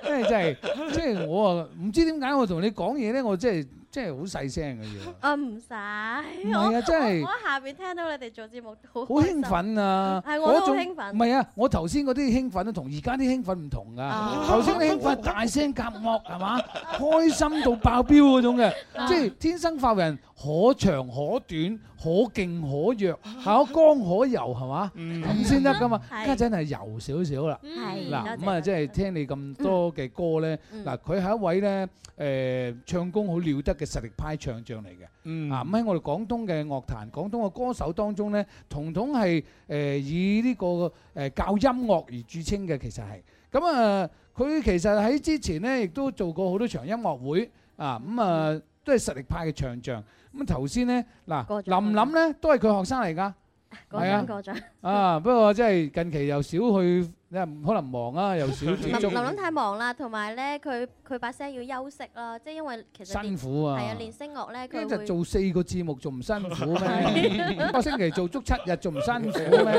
Speaker 9: 即係真係，即係我啊，唔知點解我同你講嘢咧，我真係真係好細聲嘅要。
Speaker 18: 啊唔使，
Speaker 9: 唔係啊
Speaker 18: 我
Speaker 9: 真係
Speaker 18: 我我喺下邊聽到你哋做節目都
Speaker 9: 好
Speaker 18: 開
Speaker 9: 興
Speaker 18: 心
Speaker 9: 奮啊！
Speaker 18: 係我都
Speaker 9: 嗰
Speaker 18: 好
Speaker 9: 種
Speaker 18: 興奮
Speaker 9: 唔。係啊！我頭先嗰啲興奮都同而家啲興奮唔同
Speaker 18: 啊
Speaker 9: 噶。頭先啲興奮係大聲夾惡係嘛，開心到爆表嗰種嘅，
Speaker 10: 啊
Speaker 9: 即係天生發人，可長可短，可勁可弱，
Speaker 18: 嗯
Speaker 9: 可剛可柔係嘛，咁先得噶嘛。
Speaker 10: 係
Speaker 9: 家陣係柔少少啦。
Speaker 18: 嗯
Speaker 10: 係
Speaker 9: 嗱
Speaker 10: 多謝
Speaker 9: 咁啊，即係聽你咁多嘅歌咧，嗱佢係一位咧誒唱功好了得嘅實力派唱將嚟嘅。啊，咁喺我哋廣東嘅樂壇、廣東嘅歌手當中咧，彤彤係誒以呢個誒教音樂而著稱嘅，其實係。咁啊，佢其實喺之前咧，亦都做過好多場音樂會啊，咁啊都係實力派嘅唱將。咁頭先咧，嗱林林咧都係佢學生嚟㗎，
Speaker 18: 過獎過獎。
Speaker 9: 啊，不過即係近期又少去，可能忙啊，
Speaker 18: <laughs>
Speaker 9: 又少接
Speaker 18: 林
Speaker 9: 觸。
Speaker 18: 林林太忙啦，同埋咧佢佢把聲要休息啦，即係因為其實練
Speaker 9: 辛苦啊
Speaker 18: 係啊，練聲樂咧
Speaker 9: 一
Speaker 18: 佢
Speaker 9: 日
Speaker 18: 會
Speaker 9: 做四個節目仲唔辛苦咩？
Speaker 18: 係
Speaker 9: 五個星期做足七日仲唔辛苦咩？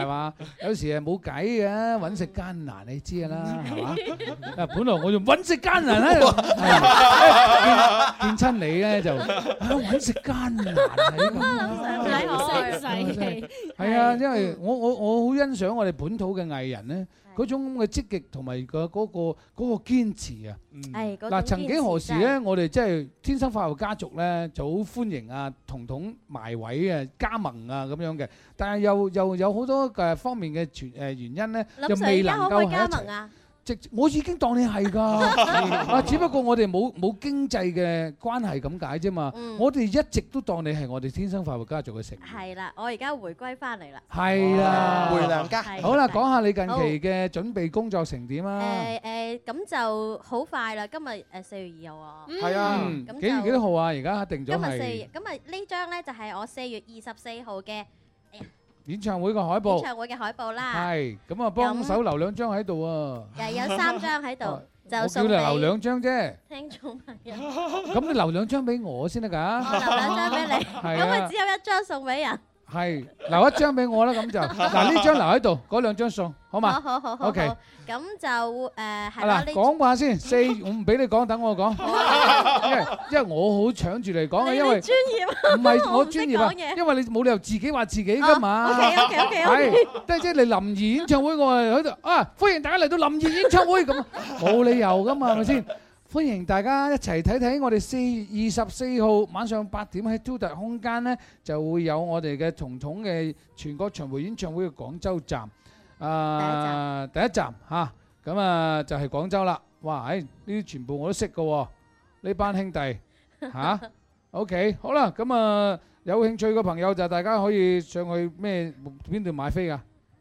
Speaker 9: 係嘛？有時係冇計嘅，揾食艱難你知㗎啦，係嘛？啊，本來我仲揾食艱難喺度，係見見親你咧就啊揾食艱難係
Speaker 18: 唔使
Speaker 9: 咁。
Speaker 18: 唔使氣
Speaker 9: 係啊，因為我我我好欣賞我哋本土嘅藝人咧，嗰種咁嘅積極同埋個嗰個嗰個堅持啊。
Speaker 18: 係嗰種
Speaker 9: 嗱，曾幾何時
Speaker 18: 堅持
Speaker 9: 咧，
Speaker 18: 真係
Speaker 9: 我哋真係天生快活家族咧，就好歡迎啊，彤彤埋位啊，加盟啊咁樣嘅。但係又又有好多誒方面嘅全誒原因咧，
Speaker 18: 林
Speaker 9: 就
Speaker 18: Sir
Speaker 9: 未
Speaker 18: 而家
Speaker 9: 能
Speaker 18: 可唔可
Speaker 9: 夠
Speaker 18: 以
Speaker 9: 喺
Speaker 18: 加
Speaker 9: 一
Speaker 18: 盟
Speaker 9: 齊。
Speaker 18: 啊？
Speaker 9: 直我已經當你係
Speaker 18: <laughs>
Speaker 9: 㗎，啊！只不過我哋冇冇經濟嘅關係咁解啫嘛。
Speaker 18: 嗯
Speaker 9: 我哋一直都當你係我哋天生快活家族嘅成員。
Speaker 18: 係啦，我而家回歸翻嚟啦。
Speaker 9: 係啦，
Speaker 8: 回娘家
Speaker 18: 係
Speaker 9: 好啦，
Speaker 18: 係
Speaker 9: 講下你近期嘅準備工作成點啊？
Speaker 18: 誒誒，咁就好快啦！今日誒四月二號啊，
Speaker 9: 係啊
Speaker 18: 嗯，咁
Speaker 9: 幾月
Speaker 18: 就
Speaker 9: 幾多號啊？而家定
Speaker 18: 今
Speaker 9: 咗
Speaker 18: 日四月
Speaker 9: 係，
Speaker 18: 今日呢張咧就係我四月二十四號嘅
Speaker 9: 演唱會嘅海報
Speaker 18: 演，唱會嘅海報啦，
Speaker 9: 係咁啊，幫手留兩張喺度啊。
Speaker 18: 誒有三張喺度
Speaker 9: 哦，
Speaker 18: 就送俾
Speaker 9: 我叫你留兩張啫。
Speaker 18: 聽眾朋友。
Speaker 9: 咁你留兩張俾我先得㗎。
Speaker 18: 我留兩張俾你，
Speaker 9: 啊係啊。
Speaker 18: 咁佢只有一張送俾人。
Speaker 9: 係，留一張俾我啦，咁就。嗱，呢張留喺度，嗰兩張送，好嘛？
Speaker 18: 好，好，好，好，
Speaker 9: OK。
Speaker 18: 好。咁就，誒，係啦，
Speaker 9: 啊
Speaker 18: 嗯
Speaker 9: 嗱，
Speaker 18: 呢- <laughs>
Speaker 9: 講話先，四，我唔俾你講，等我講。因為-因為我好搶住嚟講啊，
Speaker 18: 你-
Speaker 9: 因
Speaker 18: 你
Speaker 9: 為-
Speaker 18: 專業，
Speaker 9: 唔
Speaker 18: <laughs>
Speaker 9: 係，
Speaker 18: 我唔識
Speaker 9: 我專業啊，
Speaker 18: 講嘢。
Speaker 9: 因為你冇理由自己話自己㗎嘛。
Speaker 18: 哦，OK，OK，OK，OK。
Speaker 9: 係，即係-即係你臨時演唱會，我係喺度，啊，歡迎大家嚟到臨時演唱會咁，冇理由㗎嘛，係咪先？歡迎大家一齊睇睇我哋4 24號晚上8點喺Tutor空間呢，就會有我哋嘅彤彤嘅全國巡迴演唱會嘅廣州站。啊，第一站嚇，咁啊就係廣州啦。哇，誒呢啲全部我都識嘅喎，呢班兄弟嚇。OK，好啦，咁啊有興趣嘅朋友就大家可以上去咩邊度買飛㗎？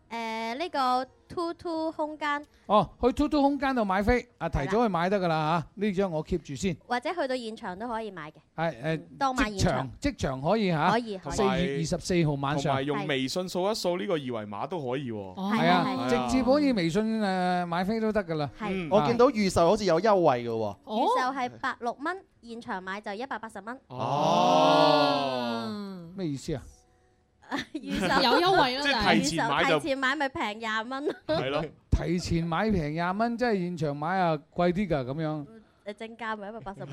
Speaker 18: 呃誒，呢個TwoTwo空間，或者去到現場
Speaker 9: 哦，去 t o t o 空間度買飛，啊提早去買得㗎啦嚇，呢張我 keep 住先。
Speaker 18: 都可以買嘅。
Speaker 9: 係
Speaker 18: 嗯當晚
Speaker 9: 誒，即
Speaker 18: 現
Speaker 9: 場
Speaker 18: 場
Speaker 9: 即場可以嚇。
Speaker 18: 可以可以
Speaker 9: 四月二十四號晚
Speaker 10: 同
Speaker 9: 上
Speaker 10: 埋。用微信掃一掃呢個二維碼都可以喎。
Speaker 18: 哦
Speaker 9: 係啊，直接可以微信誒買飛都得㗎啦。嗯
Speaker 18: 係
Speaker 8: 我見到預售好似有優惠嘅喎。
Speaker 3: 哦
Speaker 18: 預售係160蚊，現場買就180蚊。
Speaker 9: 哦，咩意思啊？
Speaker 18: 預售- <laughs>
Speaker 3: 有優惠啦，
Speaker 18: 預售-
Speaker 9: 即係提前買就-
Speaker 18: 提前買咪平20蚊。 <laughs>
Speaker 9: 提前買平廿蚊，即係現場買啊貴啲㗎咁樣。
Speaker 18: 誒，正價咪180蚊。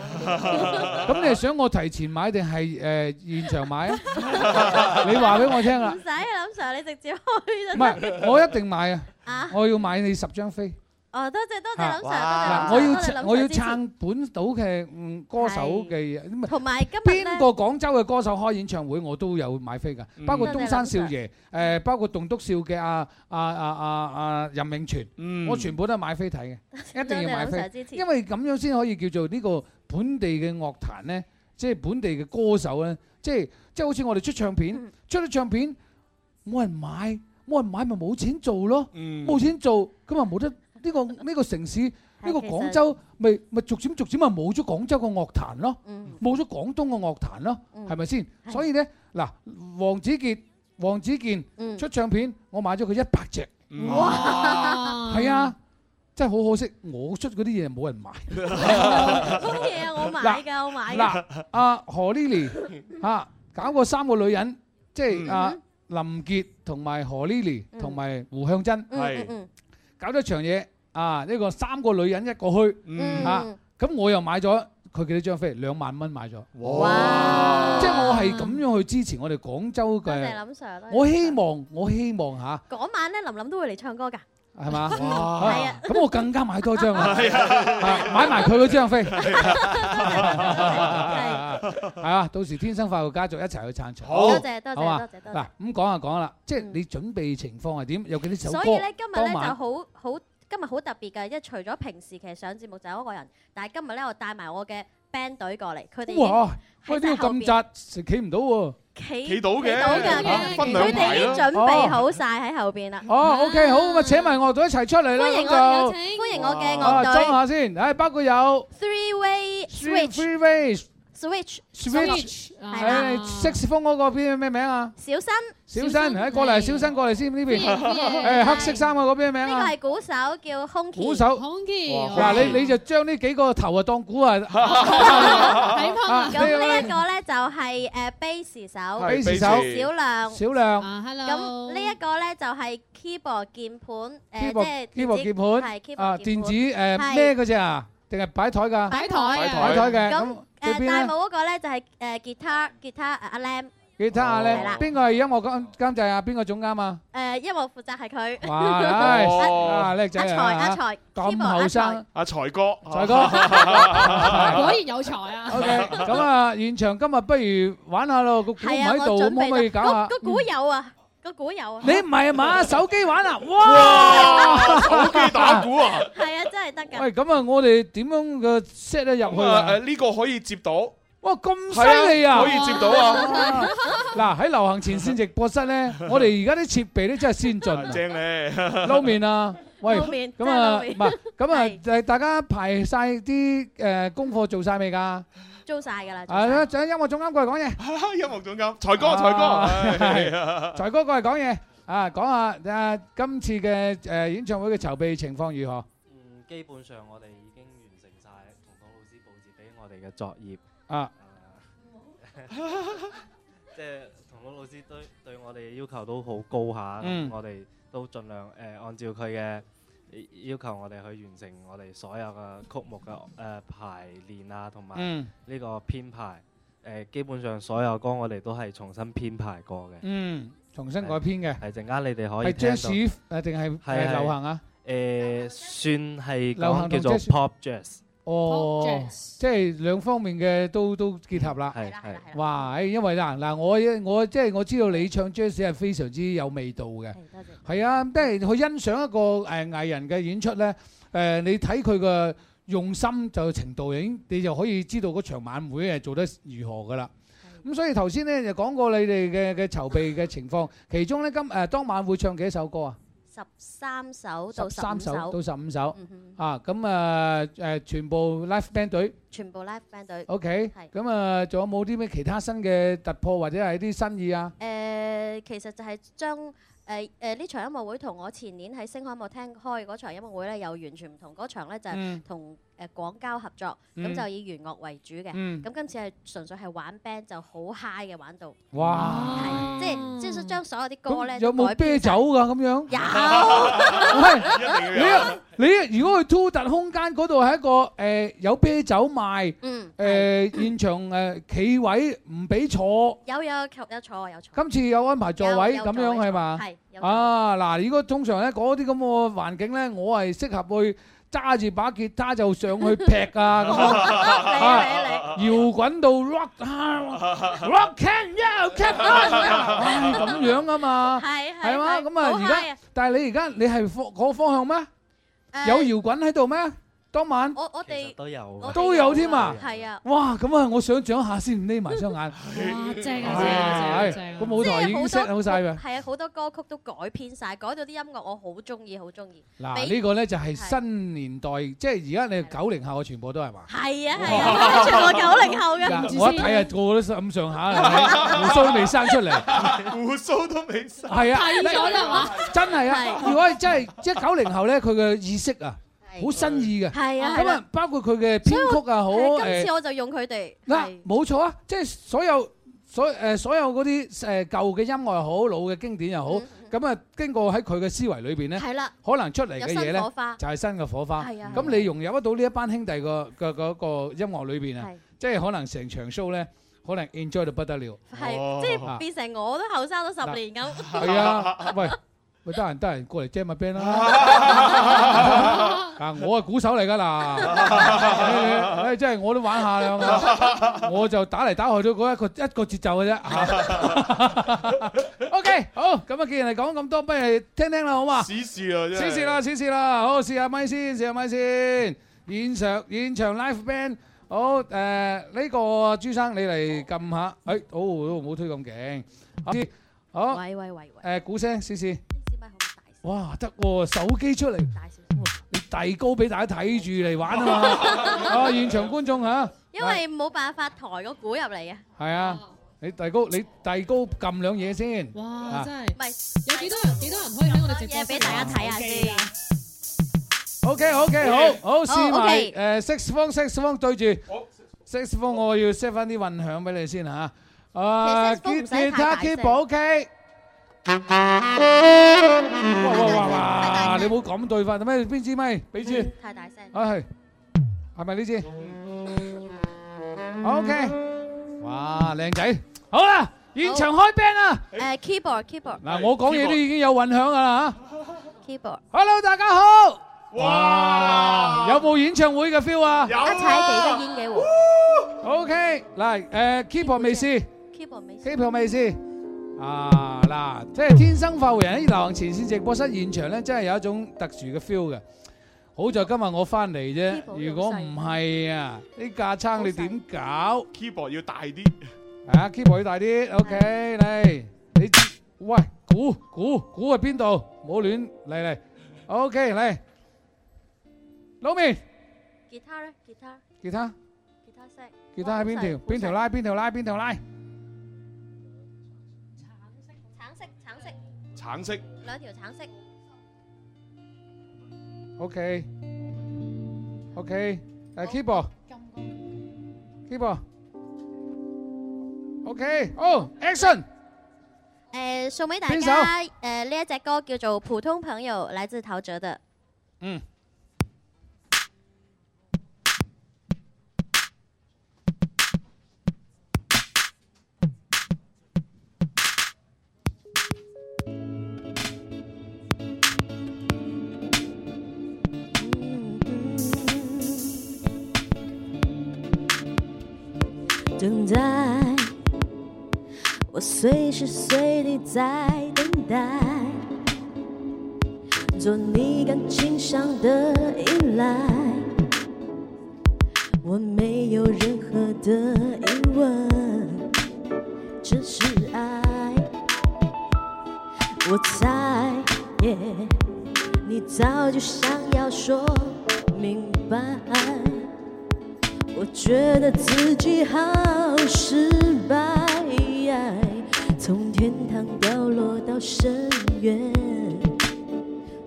Speaker 9: 咁你係想我提前買定係誒現場買啊？ <laughs> 你話俾我聽啦。
Speaker 18: 唔使啊，林sir，你直接去就得。
Speaker 9: 唔係，我一定買啊
Speaker 18: 啊！
Speaker 9: 我要買你十張飛。
Speaker 18: <laughs> 哦，多謝-多謝
Speaker 9: 啊
Speaker 18: 林 sir，
Speaker 9: 嗱，
Speaker 18: 多謝林 sir，
Speaker 9: 我
Speaker 18: 多謝林 sir
Speaker 9: 要撐我要
Speaker 18: 支持。
Speaker 9: 撐本島嘅嗯歌手嘅嘢。
Speaker 18: 同埋今日咧
Speaker 9: 邊個廣州嘅歌手開演唱會，我都有買飛㗎，包括東山少爺，誒，包括棟篤笑嘅阿阿阿阿阿任永全，我全部都係買飛睇
Speaker 18: <laughs>
Speaker 9: 嘅，一定要買
Speaker 18: 多謝林 Sir
Speaker 9: 飛
Speaker 18: 支，持
Speaker 9: 因為咁樣先可以叫做呢個本地嘅樂壇呢，即係本地嘅歌手呢，即係即係好似我哋出唱片，出咗唱片冇人買，冇人買咪冇錢做咯，冇錢做咁啊冇得呢
Speaker 18: <laughs>
Speaker 9: 個呢個城市。呢個
Speaker 18: 其實
Speaker 9: 廣州咪咪逐漸逐漸咪啊冇咗廣州個樂壇咯，
Speaker 18: 嗯
Speaker 9: 冇咗廣東個樂壇咯，係咪先？所以呢，嗱，黃子傑、黃子健
Speaker 18: 嗯
Speaker 9: 出唱片，我買咗佢一百隻，
Speaker 18: Ừ. 哇！
Speaker 9: 係啊，真係好可惜，我出嗰啲嘢冇人買。
Speaker 18: 好嘢啊，我買㗎，我買㗎。
Speaker 9: 嗱，阿何 Lily 嚇搞過三個女人，即係阿林傑同埋何 Lily 同埋胡向珍，
Speaker 18: 嗯，嗯，嗯，
Speaker 9: 搞咗場嘢啊！呢個三個女人一個墟啊，咁我又買咗佢幾多張飛？兩萬蚊買咗，哇！即係我係咁樣去支持我哋廣州嘅。
Speaker 18: 多謝林sir，多謝
Speaker 9: 我
Speaker 18: 林sir。
Speaker 9: 希望，我希望嚇，
Speaker 18: 嗰晚咧，林林都會嚟唱歌㗎。
Speaker 9: 係嘛？
Speaker 18: 哇係啊
Speaker 9: 咁我更加買多張
Speaker 18: <laughs>
Speaker 9: 啊！啊買埋佢嗰張飛，係啊！到時天生快活家族一齊去撐場。
Speaker 18: 好多謝多謝
Speaker 9: 好嘛
Speaker 18: 多謝多謝
Speaker 9: 嗱，咁講下講啦，即係你準備情況係點？有幾多首歌？
Speaker 18: 所以咧，今日咧
Speaker 9: 當晚
Speaker 18: 就好好，今日好特別嘅，即係除咗平時其實上節目就係我一個人，但係今日咧我帶埋我嘅 band 隊過嚟，佢哋已經
Speaker 9: 哇！
Speaker 18: 喺
Speaker 9: 喂，呢
Speaker 18: 晒
Speaker 9: 個
Speaker 18: 後
Speaker 9: 咁
Speaker 18: 邊
Speaker 9: 窄，食企唔到喎。
Speaker 18: 企
Speaker 9: 企到嘅
Speaker 18: 企到
Speaker 9: 啊
Speaker 18: 嘅，
Speaker 9: 分
Speaker 18: 佢哋
Speaker 9: 兩
Speaker 18: 已經
Speaker 9: 排
Speaker 18: 準
Speaker 9: 咯
Speaker 18: 備好晒喺後邊啦。
Speaker 9: 哦，OK，好，咁啊，請埋樂隊一齊出嚟啦，
Speaker 18: 歡迎
Speaker 9: 咁
Speaker 18: 我哋有
Speaker 9: 就
Speaker 18: 請，歡迎我嘅
Speaker 9: 啊，
Speaker 18: 樂
Speaker 9: 裝
Speaker 18: 隊
Speaker 9: 下先，唉，包括有
Speaker 18: Three Way Switch
Speaker 9: Three Ways、
Speaker 18: Switch
Speaker 9: Switch，
Speaker 18: 係啦
Speaker 9: 係，色士風嗰個邊咩名啊？
Speaker 18: 小新
Speaker 9: 小新，唉，過嚟，小新過嚟先呢邊，
Speaker 18: 歡迎歡迎
Speaker 9: 誒，黑色衫啊，嗰邊咩名
Speaker 18: 呢個
Speaker 9: 啊？
Speaker 18: 係鼓手叫空
Speaker 9: 鼓手，嗱，你你就將呢幾個頭啊當鼓啊， <laughs>
Speaker 18: 咁呢
Speaker 9: 啊
Speaker 18: 一個咧就係誒 bass 手
Speaker 9: 係 bass 手
Speaker 18: 小亮。
Speaker 9: 小亮。
Speaker 18: 咁呢一個咧就係 keyboard 鍵盤，誒
Speaker 9: keyboard
Speaker 18: 即係
Speaker 9: keyboard À,
Speaker 18: 電子係
Speaker 9: 鍵盤，
Speaker 18: keyboard 鍵盤
Speaker 9: 啊，電子誒
Speaker 18: 係
Speaker 9: 咩嗰隻啊？定係擺台㗎？
Speaker 18: 擺台
Speaker 9: 擺台嘅。咁
Speaker 18: 咁
Speaker 9: 最邊
Speaker 18: 誒戴
Speaker 9: 咧
Speaker 18: 帽？嗰個咧就係誒吉他吉他阿 Lam，
Speaker 9: 你睇下
Speaker 18: 係
Speaker 9: 咧
Speaker 18: 啦，
Speaker 9: 邊個係音樂監監製啊？邊個總監啊？
Speaker 18: 誒音樂負責係佢。
Speaker 9: 哇！唉
Speaker 18: <laughs>
Speaker 10: 哦
Speaker 9: 啊叻仔
Speaker 18: 阿
Speaker 9: 啊！
Speaker 18: 財阿財
Speaker 9: 咁後生，
Speaker 10: 阿財哥，
Speaker 9: 財哥，
Speaker 3: 果然有才啊！
Speaker 9: <laughs> OK，咁
Speaker 18: <laughs>
Speaker 9: 啊，現場今日不如玩下咯，個鼓唔
Speaker 18: 係啊，
Speaker 9: 喺
Speaker 18: 我
Speaker 9: 度，
Speaker 18: 準
Speaker 9: 可唔可以
Speaker 18: 備
Speaker 9: 搞
Speaker 18: 咗個
Speaker 9: 下？
Speaker 18: 個鼓有啊，個鼓有啊。
Speaker 9: 你唔係啊嘛？手機玩
Speaker 18: <laughs>
Speaker 9: 啊？哇！手機打鼓啊！
Speaker 18: 係啊，真係得㗎。
Speaker 9: 喂，咁啊，我哋點樣嘅 set 得入去
Speaker 10: 咁啊
Speaker 9: 啊？
Speaker 10: 誒呢個可以接到。
Speaker 9: 哇，咁犀利啊！
Speaker 10: 可以接到啊！
Speaker 9: 嗱喺流行前線直播
Speaker 10: <laughs>
Speaker 9: 室咧，我哋而家啲設備咧真係先進啊！
Speaker 10: 正咧，
Speaker 9: 撈面啊！喂，
Speaker 10: 撈面
Speaker 9: 咁
Speaker 18: <laughs> 真係
Speaker 9: 啊，
Speaker 18: 撈面
Speaker 9: 唔係咁啊，就係大家排晒啲誒功課做晒未㗎？
Speaker 18: 租晒㗎啦。
Speaker 9: 係啦，就音樂總監過嚟講嘢。
Speaker 10: <laughs>
Speaker 9: 啊
Speaker 10: 音樂總監，財哥，財 <laughs> 哥，
Speaker 9: 係
Speaker 10: 唉
Speaker 9: 財哥過嚟啊講嘢啊，講下誒今次嘅誒演唱會嘅籌備情況如何？
Speaker 19: 基本上我哋已經完成晒彤彤老師佈置俾我哋嘅作業。
Speaker 9: 啊
Speaker 19: 誒， <laughs> 即係彤彤老師對對我哋要求都好高下，咁
Speaker 9: 嗯
Speaker 19: 我哋都盡量誒、按照佢嘅要求，我哋去完成我哋所有嘅曲目嘅誒、排練啊，同埋
Speaker 9: 嗯
Speaker 19: 呢個編排。誒、基本上所有歌我哋都係重新編排過嘅。
Speaker 9: 嗯，重新改編嘅。
Speaker 19: 係陣間你哋可以
Speaker 9: 係
Speaker 19: 聽
Speaker 9: jazz
Speaker 19: 到。
Speaker 9: 誒定係
Speaker 19: 係
Speaker 9: 誒
Speaker 19: 係
Speaker 9: 流行啊？
Speaker 19: 誒，算係
Speaker 9: 流行
Speaker 19: 講
Speaker 9: 同
Speaker 19: 叫做
Speaker 9: jazz
Speaker 19: pop jazz。
Speaker 9: 哦，即係兩方面嘅都都結合啦。
Speaker 19: 係係。
Speaker 9: 哇！誒因為嗱嗱，我我即係我知道你唱 jazz 係非常之有味道嘅。係啊，即係去欣賞一個誒藝人嘅演出咧，誒你睇佢嘅用心就程度已經，你就可以知道嗰場晚會係做得如何噶啦。咁所以頭先咧就講過你哋嘅嘅籌備嘅情況，其中咧今誒當晚會唱幾首歌啊？
Speaker 18: 十三首到十
Speaker 9: 三
Speaker 18: 五
Speaker 9: 首到十五首
Speaker 18: 嗯哼
Speaker 9: 啊！咁誒誒全部 ờ, live band 隊。
Speaker 18: 全部 live band 隊。
Speaker 9: OK，
Speaker 18: 係。
Speaker 9: 咁啊，仲有冇啲咩其他新嘅突破或者係啲新意啊？
Speaker 18: 誒、其實就係將誒誒呢場音樂會同我前年喺星海音樂廳開嗰場音樂會咧，又完全唔同。嗰場咧就係
Speaker 1: 嗯
Speaker 18: 同誒廣交合作，咁、
Speaker 1: 嗯
Speaker 18: 就以弦樂為主嘅。咁、
Speaker 1: 嗯
Speaker 18: 今次係純粹係玩 band，就好 high 嘅玩到。
Speaker 9: 哇！
Speaker 18: 係！即係即係將所有啲歌咧
Speaker 9: 咁有冇啤酒㗎咁樣？
Speaker 18: 有，
Speaker 9: 喂，你你如果去 Two 特空間嗰度係一個誒有啤酒賣，
Speaker 18: 嗯
Speaker 9: 誒現場誒企位唔俾坐。
Speaker 18: 有有有有坐啊有坐。
Speaker 9: 今次有安排座位
Speaker 18: 有有
Speaker 9: 咁樣
Speaker 18: 座位
Speaker 9: 係嘛？
Speaker 18: 係有座位
Speaker 9: 啊嗱，如果通常咧嗰啲咁嘅環境咧，我係適合去揸住把吉他就上去劈啊
Speaker 18: <laughs>
Speaker 9: 咁樣啊，搖滾到 rock 啊 <laughs> rock can you keep on 啊唉咁樣啊嘛，
Speaker 18: 係係
Speaker 9: 係嘛？
Speaker 18: 係
Speaker 9: 咁啊
Speaker 18: 好
Speaker 9: 而
Speaker 18: high
Speaker 9: 家
Speaker 18: 啊，
Speaker 9: 但係你而家你係方嗰個方向咩？有搖滾喺度咩？當晚
Speaker 18: 我我哋
Speaker 19: 都有
Speaker 18: 我哋
Speaker 9: 都有添啊！
Speaker 18: 係啊。
Speaker 9: 哇，咁啊，我想象一下先，匿埋雙眼。 <laughs> 哇，
Speaker 18: 正
Speaker 3: 啊正啊
Speaker 9: 係
Speaker 3: 正啊
Speaker 9: 個舞台已經 set 好晒㗎。
Speaker 18: 係啊，好多歌曲都改編晒，改到啲音樂我好中意，好中意。
Speaker 9: 嗱，
Speaker 18: 俾
Speaker 9: 呢個咧就係新年代，即係而家你九零後嘅全部都係嘛？
Speaker 18: 係啊係啊，全部九零後
Speaker 9: 嗱
Speaker 18: 嘅。
Speaker 9: 我一睇啊，個個都咁上下啦，胡鬚未生出嚟，
Speaker 10: 胡鬚都未生
Speaker 9: 係啊，
Speaker 3: 剃咗啦係嘛
Speaker 9: 真係啊！
Speaker 3: 係
Speaker 9: 如果係真係即係九零後咧，佢嘅意識啊，好新意嘅，
Speaker 18: 係啊係啊
Speaker 9: 咁啊，包括佢嘅編曲啊，好
Speaker 18: 係
Speaker 9: 誒
Speaker 18: 今次我就用佢哋。
Speaker 9: 嗱，冇錯啊！即係所有所誒所有嗰啲誒舊嘅音樂又好，老嘅經典又好，咁啊經過喺佢嘅思維裏邊咧，
Speaker 18: 係啦
Speaker 9: 可能出嚟嘅
Speaker 18: 有
Speaker 9: 嘢咧
Speaker 18: 新火花
Speaker 9: 就係新嘅火花。
Speaker 18: 係啊
Speaker 9: 咁你融入得到呢一班兄弟個個嗰個音樂裏邊啊
Speaker 18: 係，
Speaker 9: 即係可能成場 show 咧，可能 enjoy 到不得了。
Speaker 18: 係，即係變成我都後生咗十年咁。
Speaker 9: <laughs> 係啊，喂喂，得閒得閒過嚟 jam 下 band <laughs> 啦。嗱，我係鼓手嚟㗎 <laughs> 嗱，誒真係我都玩下啦，我就打嚟打去都嗰一個一個節奏嘅啊啫。OK，好，咁啊，既然係講咁多，不如聽聽啦，好嘛？
Speaker 10: 試試啊，真係
Speaker 9: 試試啦，試試啦，好，試下咪先，試下咪先。現場現場 live band，好誒，呢個朱生你嚟撳下，誒，好，唔好推咁勁，啲好。
Speaker 18: 喂喂喂喂，
Speaker 9: 誒鼓聲試試。哇，得喎，手機出嚟。你遞高俾大家睇住嚟玩啊
Speaker 18: <laughs>
Speaker 9: 嘛！啊，現場觀眾嚇，
Speaker 18: <laughs> 因為冇辦法抬個鼓入嚟嘅。
Speaker 9: 係啊，你遞高，你遞高撳兩嘢先。
Speaker 3: 哇！真
Speaker 9: 係。
Speaker 3: 係，唔係有幾多人幾多人可以喺我哋直播
Speaker 18: 嘢俾大家睇下先。
Speaker 9: OK OK，好好
Speaker 18: 好
Speaker 9: 試埋
Speaker 18: OK
Speaker 9: 誒 six 方 six 方對住 six 方，我要 set 翻啲混響俾你先嚇。啊，
Speaker 18: 其實 saxophone 唔使太
Speaker 9: 吉他
Speaker 18: 大聲
Speaker 9: keyboard OK。哇哇哇哇！你冇咁對法，咩邊支咪？俾支。
Speaker 18: 太大聲。
Speaker 9: 啊係，係咪呢支？OK，哇靚仔，好啦，現場開 band 啦！
Speaker 18: 誒 keyboard keyboard。
Speaker 9: 嗱，我講嘢都已經有混響㗎啦嚇。
Speaker 18: keyboard。
Speaker 9: Hello，大家好。哇！有冇演唱會嘅 feel 啊？
Speaker 18: 一齊幾個煙嘅喎。
Speaker 9: OK，嗱 ờ, 誒 keyboard 未試。
Speaker 18: keyboard 未。
Speaker 9: 機票未先？啊嗱，即係天生發福人喺流行前線直播室現場咧，真係有一種特殊嘅 feel 嘅。好在今日我翻嚟啫，如果唔係啊，啲架撐你點搞
Speaker 10: ？keyboard 要大啲，
Speaker 9: 啊 keyboard 要大啲，OK 嚟，你喂估估估喺邊度？唔好亂嚟嚟，OK 嚟，老面
Speaker 18: 吉他咧，吉他，
Speaker 9: 吉他
Speaker 18: 吉他聲。
Speaker 9: 吉他喺邊條？邊條拉？邊條拉？邊條拉？
Speaker 18: 橙色，橙色，
Speaker 10: 橙色。
Speaker 18: 兩條橙色。
Speaker 9: OK， OK，誒 keyboard。keyboard。OK，好，action。
Speaker 18: 誒，送俾大
Speaker 9: 邊
Speaker 18: 家
Speaker 9: 首
Speaker 18: 誒呢一隻歌叫做《普通朋友》，來自陶喆的。Ừ.
Speaker 9: 嗯。
Speaker 12: 等待，我随时随地在等待，做你感情上的依赖，我没有任何的疑问，这是爱。我猜耶你早就想要说明白。我觉得自己好失败，从天堂掉落到深渊，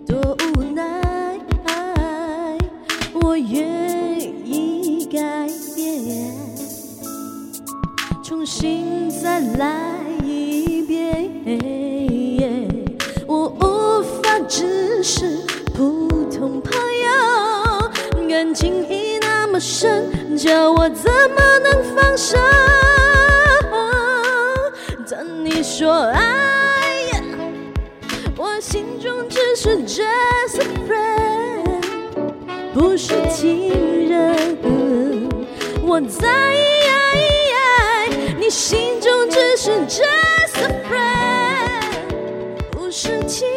Speaker 12: 多无奈。我愿意改变，重新再来一遍。我无法只是普通朋友，感情已那么深，叫我怎么能放手？当你说爱，我心中只是 just a friend，不是情人。我在你心中只是 just a friend。不是情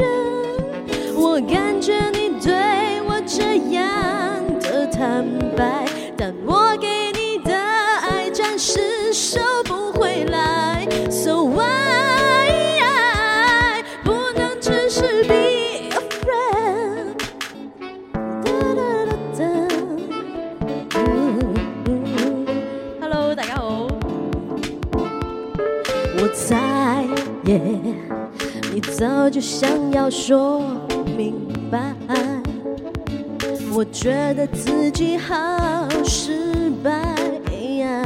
Speaker 12: 人，我感觉你对我这样的坦白，但我给你的爱暂时收不回来，so why 不能只是 be a friend？哒哒哒哒嗯嗯嗯 Hello，大家好，我在。耶，你早就想要说明白，我觉得自己好失败，哎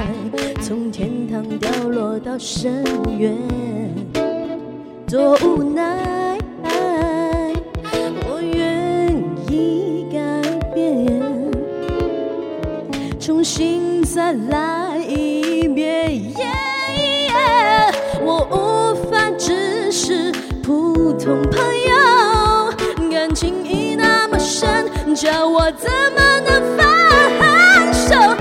Speaker 12: 从天堂掉落到深渊，多无奈。我愿意改变，重新再来一遍。我无法只是普通朋友，感情已那么深，叫我怎么能放手？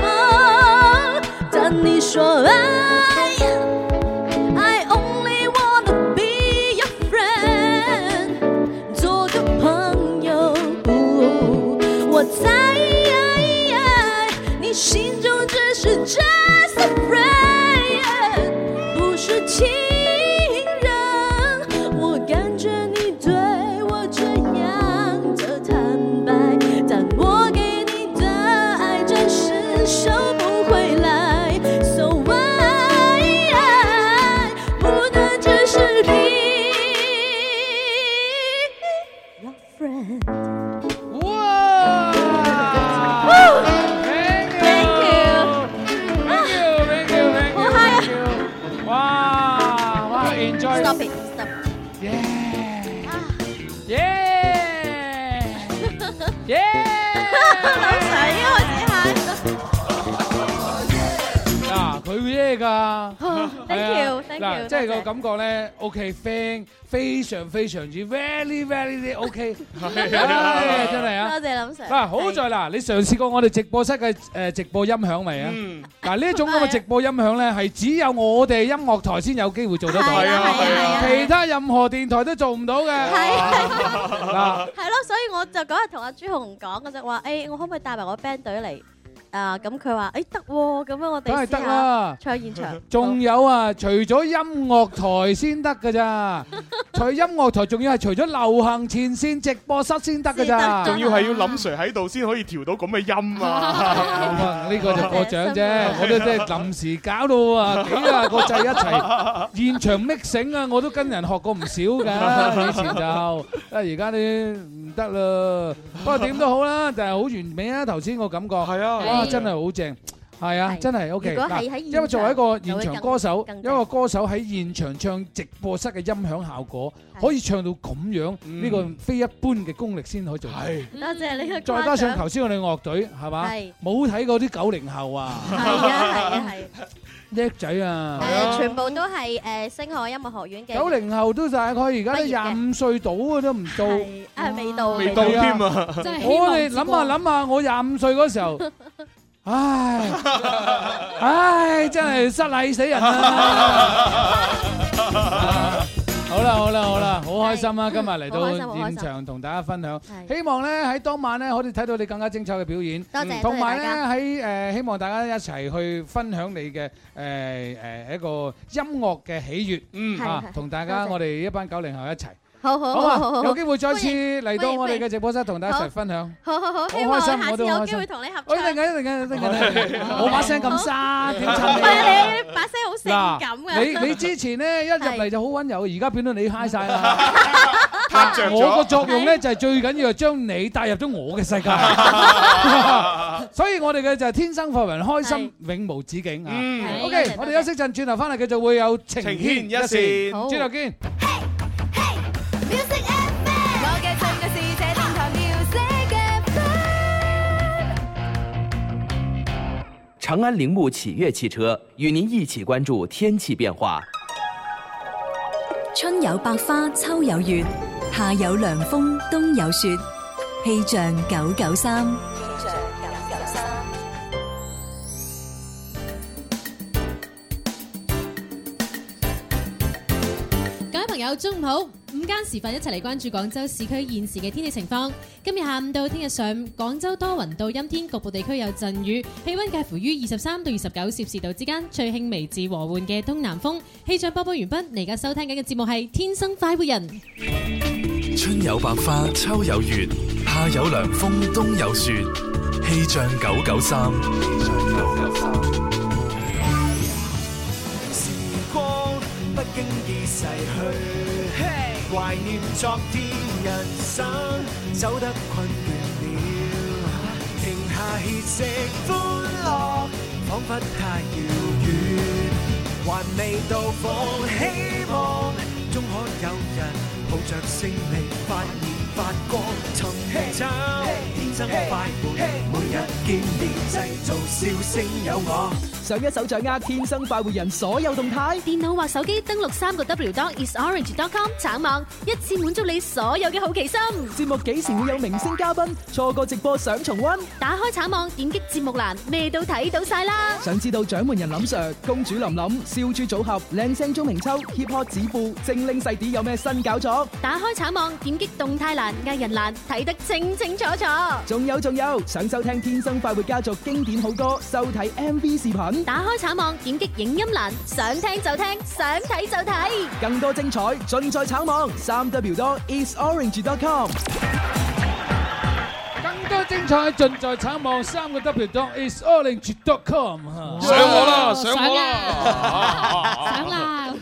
Speaker 12: 当你说爱，I only wanna be your friend，做个朋友。我在你心中只是 just a friend。不是情人，我感觉你对我这样的坦白，但我给你的爱暂时收不回来，so why 不能只是 be your friend。
Speaker 9: Thank you, thank you, thank you. 哇，哇，enjoy。
Speaker 18: Stop it, stop.
Speaker 9: Yeah. Yeah. 嗱，佢咩㗎
Speaker 15: Ờ,
Speaker 9: <laughs>
Speaker 15: thank you,
Speaker 9: 係啊
Speaker 15: thank
Speaker 9: 嗱
Speaker 15: you，
Speaker 9: 即係
Speaker 15: 多
Speaker 9: 個
Speaker 15: 謝
Speaker 9: 感覺咧，OK，friend 非常非常之 very
Speaker 15: <laughs>
Speaker 9: very OK，
Speaker 15: 係啊
Speaker 9: 唉真係
Speaker 18: 多
Speaker 9: 啊！
Speaker 18: 謝林 Sir
Speaker 9: 嗱，好在嗱，你嘗試過我哋直播 ờ, 室嘅誒直播音響未
Speaker 12: Ừ.
Speaker 9: 啊？
Speaker 18: 嗯
Speaker 9: 嗱，呢一種咁嘅直播音響咧，係只有我哋音樂台先有機會做得到，
Speaker 18: 係啊係啊係啊
Speaker 9: 其他任何電台都做唔到嘅。嗱。
Speaker 18: 係咯，所以我就嗰日同阿朱紅講嘅啫，話誒，我可唔可以帶埋我 band 隊嚟？啊，咁佢話：誒得喎，咁樣我
Speaker 9: 梗
Speaker 18: 哋
Speaker 9: 係
Speaker 18: 試
Speaker 9: 得
Speaker 18: 下
Speaker 9: 啦
Speaker 18: 唱現
Speaker 9: <laughs>
Speaker 18: 場。
Speaker 9: 仲有啊，除咗音樂台先得㗎
Speaker 18: <laughs>
Speaker 9: 咋，除音樂台仲要係除咗流行前線直播室先得㗎咋，
Speaker 10: 仲要係要林 Sir 喺度先可以調到咁
Speaker 9: <laughs>
Speaker 10: 嘅音啊！
Speaker 9: 呢 <laughs> 個就過獎
Speaker 10: <laughs>
Speaker 9: 啫，我都真係臨時搞 <laughs> 到啊幾啊個掣一齊，現場 mixing 啊，我都跟人學過唔少 <laughs> 㗎，以前就，啊而家啲唔得啦。不過點都好啦， <laughs> 就係好完美啊！頭先個感覺係啊哇真係好正。係啊，真係 OK。
Speaker 18: 如果係
Speaker 9: 嗱
Speaker 18: 喺現
Speaker 9: 因為作為一個現
Speaker 18: 場就會
Speaker 9: 場
Speaker 18: 更
Speaker 9: 歌手，
Speaker 18: 更
Speaker 9: 一個歌手喺現場唱直播室嘅音響效果，可以唱到咁樣，呢個非一般嘅功力先可以做到。
Speaker 18: 多謝你嘅
Speaker 9: 再加上
Speaker 18: 頭
Speaker 9: 頭先我哋樂隊係嘛
Speaker 18: 係，
Speaker 9: 冇睇過啲九零後啊，
Speaker 18: 係啊係啊係。
Speaker 9: <laughs> 叻仔啊！
Speaker 18: 誒，全部都係誒星海音樂學院嘅。
Speaker 9: 九零後都大概而家都廿五歲到啊，都唔到。
Speaker 18: 啊，未到
Speaker 10: 未到添啊
Speaker 18: 真係希
Speaker 9: 我
Speaker 18: 望
Speaker 9: 哋
Speaker 18: 之
Speaker 9: 諗
Speaker 18: 光
Speaker 9: 下諗下，我廿五歲
Speaker 18: <laughs>
Speaker 9: 嗰時候，唉唉，真係失
Speaker 18: <laughs>
Speaker 9: 禮死人啦！好啦好啦好啦，好開心啊！今日嚟
Speaker 19: 好開心好
Speaker 9: 到
Speaker 19: 開心
Speaker 9: 現場同大家分享，希望咧喺當晚咧可以睇到你更加精彩嘅表演，
Speaker 19: 多謝
Speaker 9: 同埋
Speaker 19: 多謝大家
Speaker 9: 咧喺誒希望大家一齊去分享你嘅誒誒一個音樂嘅喜悅，嗯
Speaker 18: 係
Speaker 9: 啊
Speaker 18: 係，
Speaker 9: 同大家
Speaker 18: 多謝
Speaker 9: 我哋一班九零後一齊。
Speaker 18: 好好
Speaker 9: 好
Speaker 18: 好好好
Speaker 9: 嘛，有機會再次嚟到我哋嘅直播室同大家一齊分享。
Speaker 18: 好好好，希
Speaker 9: 好
Speaker 18: 望
Speaker 9: 開心
Speaker 18: 下
Speaker 9: 我
Speaker 18: 次
Speaker 9: 都
Speaker 18: 有
Speaker 9: 開
Speaker 18: 機
Speaker 9: 心
Speaker 18: 會同你合
Speaker 9: 我
Speaker 18: 作。
Speaker 9: 陣間，一陣間，一陣間，我把聲咁沙，點襯
Speaker 18: 唔係啊
Speaker 9: 你？
Speaker 18: 你把聲好性感啊㗎。
Speaker 9: 嗱，你你之前咧一入嚟就好温柔，而家變到你嗨晒啦。
Speaker 10: <laughs> 拍着
Speaker 9: 我個
Speaker 10: 咗，
Speaker 9: 作用咧就係最緊要係將你帶入咗我嘅世界，
Speaker 10: <laughs>
Speaker 9: 所以我哋嘅就係天生快活人，開心永無止境啊
Speaker 10: 嗯係！
Speaker 9: OK，
Speaker 10: 多謝
Speaker 9: 我哋休息陣，轉頭翻嚟繼續會有情
Speaker 10: 情牽
Speaker 9: 牽
Speaker 10: 一
Speaker 9: 一
Speaker 10: 線
Speaker 9: 線，
Speaker 10: 好
Speaker 9: 轉頭見。
Speaker 20: 我嘅最愛是這電台 music 嘅 friend
Speaker 1: 长安铃木启悦汽车与您一起关注天气变化。
Speaker 21: 春有百花，秋有月，夏有凉风，冬有雪。气象九九三，
Speaker 3: 各位朋友，中午好！午間時分一齊嚟關注廣州市區現時嘅天氣情況。今日下午到聽日上午，廣州多雲到陰天，局部地區有陣雨，氣温介乎於二十三到二十九攝氏度之間，吹輕微至和緩嘅東南風。氣象播報完畢，你而家收聽緊嘅節目係《天生快活 <laughs> 人》。
Speaker 4: 春有百花，秋有月，夏有涼風，冬有雪。氣象九九三，
Speaker 5: 時光不經意逝去，懷念昨天，人生走得困倦了，停下歇息，歡樂彷彿太遙遠，還未到訪，希望終可有人抱着勝利發現發光，尋找天生快活，每日見面製造笑聲有我。
Speaker 6: 上一手掌握天生快活人所有動態。
Speaker 22: 電腦或手機登錄三個 W dot isorange.com 橙網，一次滿足你所有嘅好奇心。
Speaker 6: 節目幾時會有明星嘉賓？錯過直播想重温？
Speaker 22: 打開橙網，點擊節目欄，咩都睇到晒啦。
Speaker 6: 想知道掌門人林 Sir、公主琳琳、笑豬組合、靚聲鐘明秋、hip hop 指父、精靈細啲有咩新搞作？
Speaker 22: 打開橙網，點擊動態欄、藝人欄，睇得清清楚楚。
Speaker 6: 仲有仲有，想收聽《天生快活家族》經典好歌，收睇 MV 視頻，
Speaker 22: 打開橙網，點擊影音欄，想聽就聽，想睇就睇。
Speaker 6: 更多精彩盡在橙網三 W 多 isorange.com。
Speaker 9: 更多精彩盡在橙網三個 W dot is orange dot com
Speaker 10: <laughs> 上我啦，上我
Speaker 3: 上
Speaker 10: <laughs>
Speaker 3: 啦！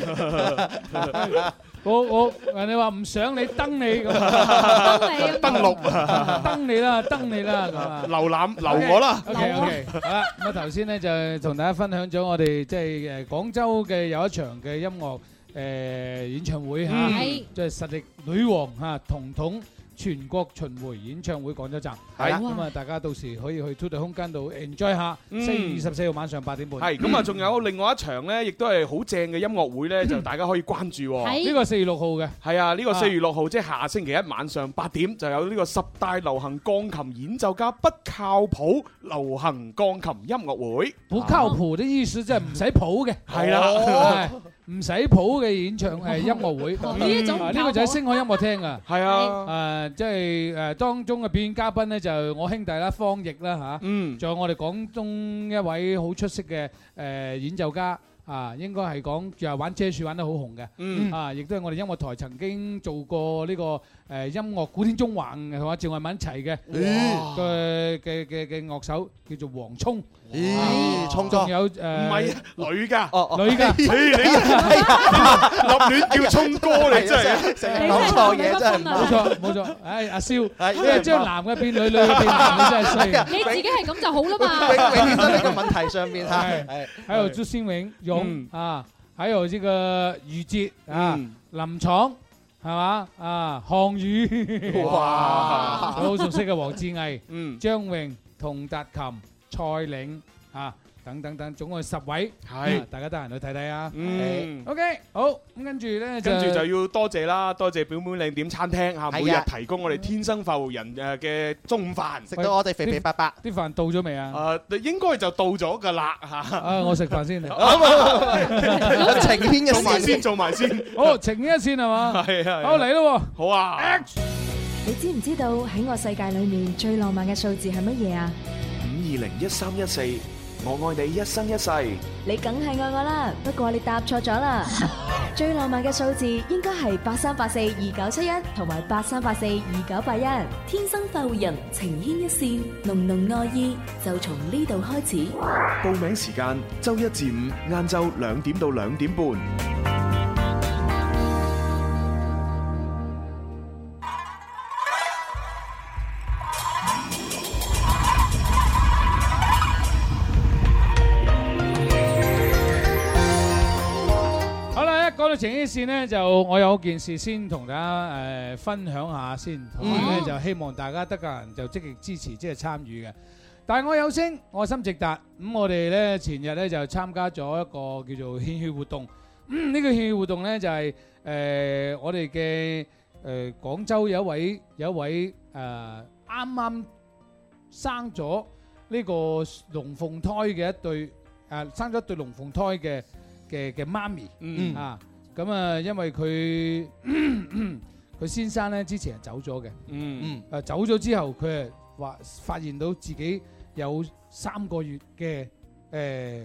Speaker 10: 啦！
Speaker 9: <laughs> 我我人哋話唔想你 <laughs> 登你咁，
Speaker 10: 登錄
Speaker 9: 登你啦，登你啦咁啊！
Speaker 10: 瀏覽留我啦
Speaker 9: Dạ, OK
Speaker 10: 留我
Speaker 9: OK，好啦，咁啊頭先咧就同大家分享咗我哋即係誒廣州嘅有一場嘅音樂誒演唱會嚇
Speaker 10: 嗯係，
Speaker 9: 即係實力女王嚇彤彤。全國巡迴演唱會廣州站，
Speaker 10: 係
Speaker 9: 啦咁啊！大家到時可以去 t o the 空間度 enjoy 下，
Speaker 10: 嗯
Speaker 9: 四月二十四號晚上八點半。
Speaker 10: 係咁啊，仲有另外一場咧，亦都係好正嘅音樂會
Speaker 9: <laughs>
Speaker 10: 咧，就大家可以關注喎。
Speaker 9: 呢個四月六號嘅。
Speaker 10: 係啊，呢個四月六號即係下星期一晚上八點就有呢個十大流行鋼琴演奏家不靠譜流行鋼琴音樂會。
Speaker 9: 不靠譜的意思即係唔使譜嘅，
Speaker 10: 係啦，
Speaker 9: 唔使譜嘅演唱
Speaker 3: <laughs>
Speaker 9: 誒音樂會，
Speaker 3: 呢一種唔
Speaker 9: 啊呢個就喺星海音樂廳啊，
Speaker 10: 係
Speaker 9: 啊，誒即係誒當中嘅表演嘉賓咧就係我兄弟啦，方奕啦嚇，
Speaker 10: 嗯，
Speaker 9: 仲有我哋廣東一位好出色嘅誒演奏家。啊，應該係講就係玩車樹玩得好紅嘅，
Speaker 10: 嗯
Speaker 9: 啊，亦都係我哋音樂台曾經做過呢、個誒、音樂古典中環同阿趙慧敏一齊嘅
Speaker 8: 哇
Speaker 9: 嘅嘅嘅嘅樂手叫做黃聰，
Speaker 8: 咦
Speaker 9: 啊
Speaker 8: 聰哥
Speaker 9: 仲有誒
Speaker 10: 唔係啊女㗎，哎
Speaker 8: 哦
Speaker 9: 女
Speaker 10: <laughs>
Speaker 9: 㗎
Speaker 10: 咦
Speaker 9: <laughs>
Speaker 10: 你立亂叫聰哥你真啊係，啊
Speaker 9: 冇錯冇錯，唉阿蕭，你
Speaker 8: 真係
Speaker 9: 係
Speaker 8: 唔
Speaker 9: 將
Speaker 8: 啱
Speaker 9: 男嘅變女，女嘅變男，你真係衰啊。
Speaker 3: 你自己係咁就好啦嘛。
Speaker 8: 永永遠都喺個問題上面嚇。
Speaker 9: 哎
Speaker 8: 係。
Speaker 9: 还有朱新荣荣啊，还有这个雨杰啊，林闯系嘛啊，项羽
Speaker 10: 哇
Speaker 9: 好熟悉嘅黃志毅，
Speaker 10: 嗯，
Speaker 9: 张荣、童達琴、蔡嶺啊等等等，總共十位，
Speaker 10: 係
Speaker 9: 啊大家得閒去睇睇啊。
Speaker 10: 嗯
Speaker 9: OK，好咁跟住咧就
Speaker 10: 跟住就要多謝啦，多謝表妹靚點餐廳嚇，每
Speaker 9: 係
Speaker 10: 日
Speaker 9: 啊
Speaker 10: 提供我哋天生快活人誒嘅中午飯，
Speaker 9: 食到我哋肥肥白
Speaker 8: 白。
Speaker 9: 啲飯到咗未 <laughs> 啊？
Speaker 10: 誒，應該就到咗㗎啦嚇。
Speaker 9: 啊，我食飯 <laughs> 先。
Speaker 10: 情牽一線。
Speaker 9: 好，情牽一線係嘛？
Speaker 10: <laughs> 係啊
Speaker 9: 好嚟咯
Speaker 10: 喎。好啊。
Speaker 14: 你知唔知道喺我世界裏面最浪漫嘅數字係乜嘢啊？
Speaker 16: 二零一三一四，我愛你一生一世。
Speaker 14: 你梗係愛我啦，不過你答錯咗 <laughs> 啦。最浪漫嘅數字應該係八三八四二九七一同埋八三八四二九八一。天生快活人，情牽一線，濃濃愛意就從呢度開始。
Speaker 16: 報名時間周一至五晏晝兩點到兩點半。
Speaker 9: 好啦，一講到情牽線呢，就我有件事先同大家誒分享下先，同埋咧
Speaker 10: 嗯
Speaker 9: 就希望大家得閒就積極支持，即係參與嘅。但係我有聲，我心直達。咁我哋咧前日咧就參加咗一個叫做獻血活動。嗯呢個獻血活動咧就係誒我哋嘅誒廣州有一位有一位誒啱啱生咗呢個龍鳳胎嘅一對啊，生咗一對龍鳳胎嘅嘅嘅媽咪，
Speaker 10: 嗯
Speaker 9: 啊，咁啊，因為佢佢先生咧之前係走咗嘅，
Speaker 10: 嗯
Speaker 9: 誒走咗之後，佢係話發現到自己有三個月嘅誒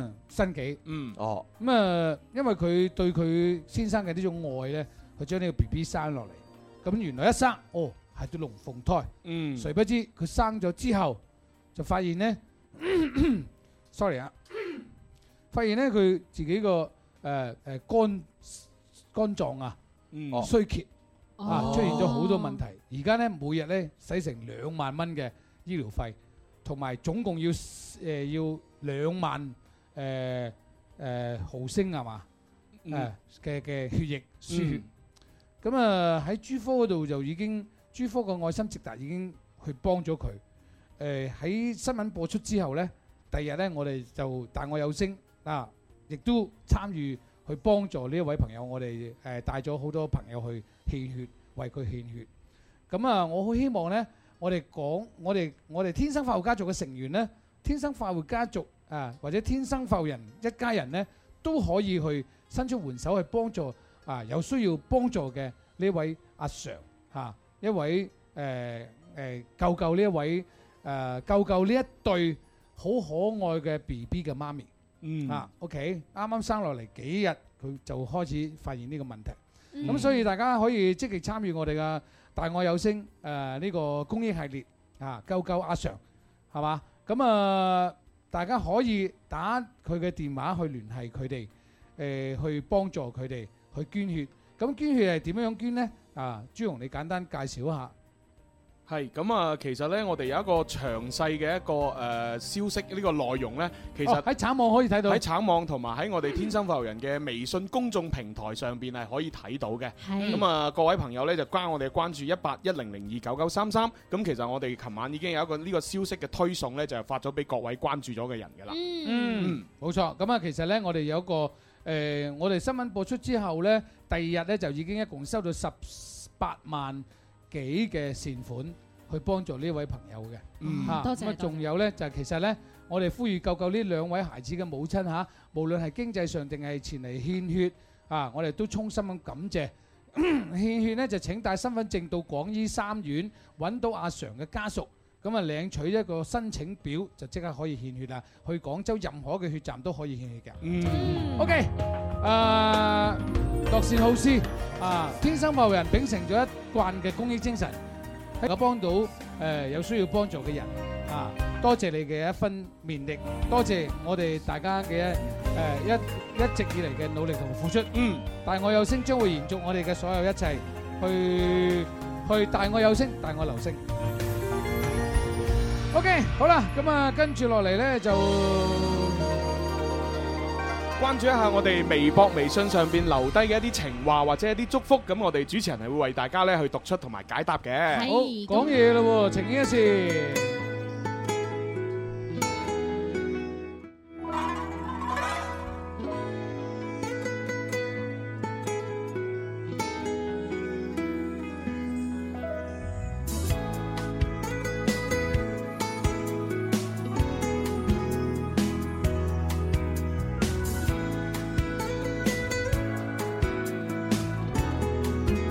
Speaker 9: <clears throat> 身紀，
Speaker 10: 嗯，
Speaker 8: 哦，
Speaker 9: 咁啊，因為佢對佢先生嘅呢種愛咧，佢將呢個 B B 生落嚟，咁原來一生，哦，係對龍鳳胎，
Speaker 10: 嗯
Speaker 9: 誰不知佢生咗之後就發現咧，sorry 啊，發現咧佢自己個誒誒肝肝臟啊
Speaker 10: 嗯
Speaker 9: 衰竭啊
Speaker 10: 哦
Speaker 9: 出現咗好多問題，而家咧每日咧使成兩萬蚊嘅醫療費，同埋總共要誒要兩萬誒誒呃毫升係嘛？
Speaker 10: 嗯
Speaker 9: 誒嘅嘅血液輸血。咁啊喺珠科嗰度就已經珠科個愛心直達已經去幫咗佢。誒、喺新聞播出之後呢，第二日呢，我哋就大愛有聲啊，亦都參與去幫助呢一位朋友，我哋誒、帶咗好多朋友去獻血，為佢獻血。咁啊，我好希望呢，我哋講我哋我哋天生快活家族嘅成員呢，天生快活家族啊，或者天生快活人一家人呢，都可以去伸出援手去幫助啊有需要幫助嘅呢位阿 Sir 嚇、啊一位誒誒救救呢一位誒、呃救救呢一對好可愛嘅 B B 嘅媽咪。
Speaker 10: 嗯
Speaker 9: 啊，OK，啱啱生落嚟幾日，佢就開始發現呢個問題。
Speaker 10: 嗯
Speaker 9: 咁、所以大家可以積極參與我哋嘅大愛有聲誒呢、個公益系列啊，救救阿常係嘛？咁啊、呃大家可以打佢嘅電話去聯繫佢哋，誒、去幫助佢哋去捐血。咁捐血係點樣捐呢？啊，朱紅，你簡單介紹一下。
Speaker 10: 係咁啊，其實咧，我哋有一個詳細嘅一個誒、呃消息呢個內容咧，其實
Speaker 9: 哦喺橙網可以睇到
Speaker 10: 喺橙網同埋喺我哋天生浮人嘅微信公眾平台上邊係可以睇到嘅。
Speaker 3: 係
Speaker 10: 咁啊，各位朋友咧就關我哋關注一八一零零二九九三三。咁其實我哋琴晚已經有一個呢個消息嘅推送咧，就係發咗俾各位關注咗嘅人㗎啦。
Speaker 9: 嗯，冇錯。咁啊，其實呢，我哋有一個誒、呃我哋新聞播出之後呢，第二日呢，就已經一共收到十八萬幾嘅善款。去幫助呢位朋友嘅。
Speaker 10: 嗯
Speaker 9: 嚇
Speaker 10: 多謝
Speaker 9: 咁啊
Speaker 10: 多謝
Speaker 9: 仲有呢，就係其實呢，我哋呼籲救救呢兩位孩子嘅母親嚇，無論係經濟上定係前嚟獻血啊，我哋都衷心咁感謝。 <clears throat> 獻血呢，就請帶身份證到廣醫三院揾到阿常嘅家屬，咁啊領取一個申請表就即刻可以獻血啦。去廣州任何嘅血站都可以獻血嘅。
Speaker 10: 嗯
Speaker 9: ，OK，誒、樂善好施啊，天生浮人秉承咗一貫嘅公益精神，能夠幫到誒、有需要幫助嘅人啊。多謝你嘅一分綿力，多謝我哋大家嘅誒、一一直以嚟嘅努力同付出。
Speaker 10: 嗯，
Speaker 9: 但我有聲將會延續我哋嘅所有一切，去去大我有聲，大我流聲。OK，好啦，咁啊，跟住落嚟咧就
Speaker 10: 關注一下我哋微博、微信上邊留低嘅一啲情話或者一啲祝福，咁我哋主持人係會為大家咧去讀出同埋解答嘅。
Speaker 9: 好講嘢啦喎，情牽一線。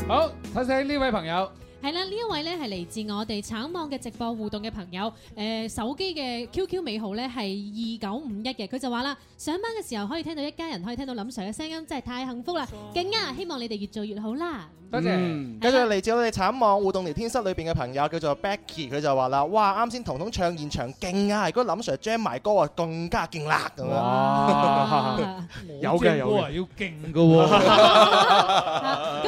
Speaker 9: 好，睇睇呢位朋友。
Speaker 3: 係啦，呢一位咧係嚟自我哋橙網嘅直播互動嘅朋友，誒、呃手機嘅 QQ 尾號咧係二九五一嘅，佢就話啦，上班嘅時候可以聽到一家人可以聽到林 Sir 嘅聲音，真係太幸福啦，勁啊！希望你哋越做越好啦。
Speaker 8: 多謝。繼續嚟自我哋產網互動聊天室裏邊嘅朋友叫做 Becky，佢就話啦：，哇，啱先彤彤唱現場勁啊！如果林 Sir jam 埋歌啊，更加勁啦咁
Speaker 9: <laughs>
Speaker 10: 哇
Speaker 8: 樣。
Speaker 10: 有嘅有嘅，
Speaker 9: 要勁<laughs>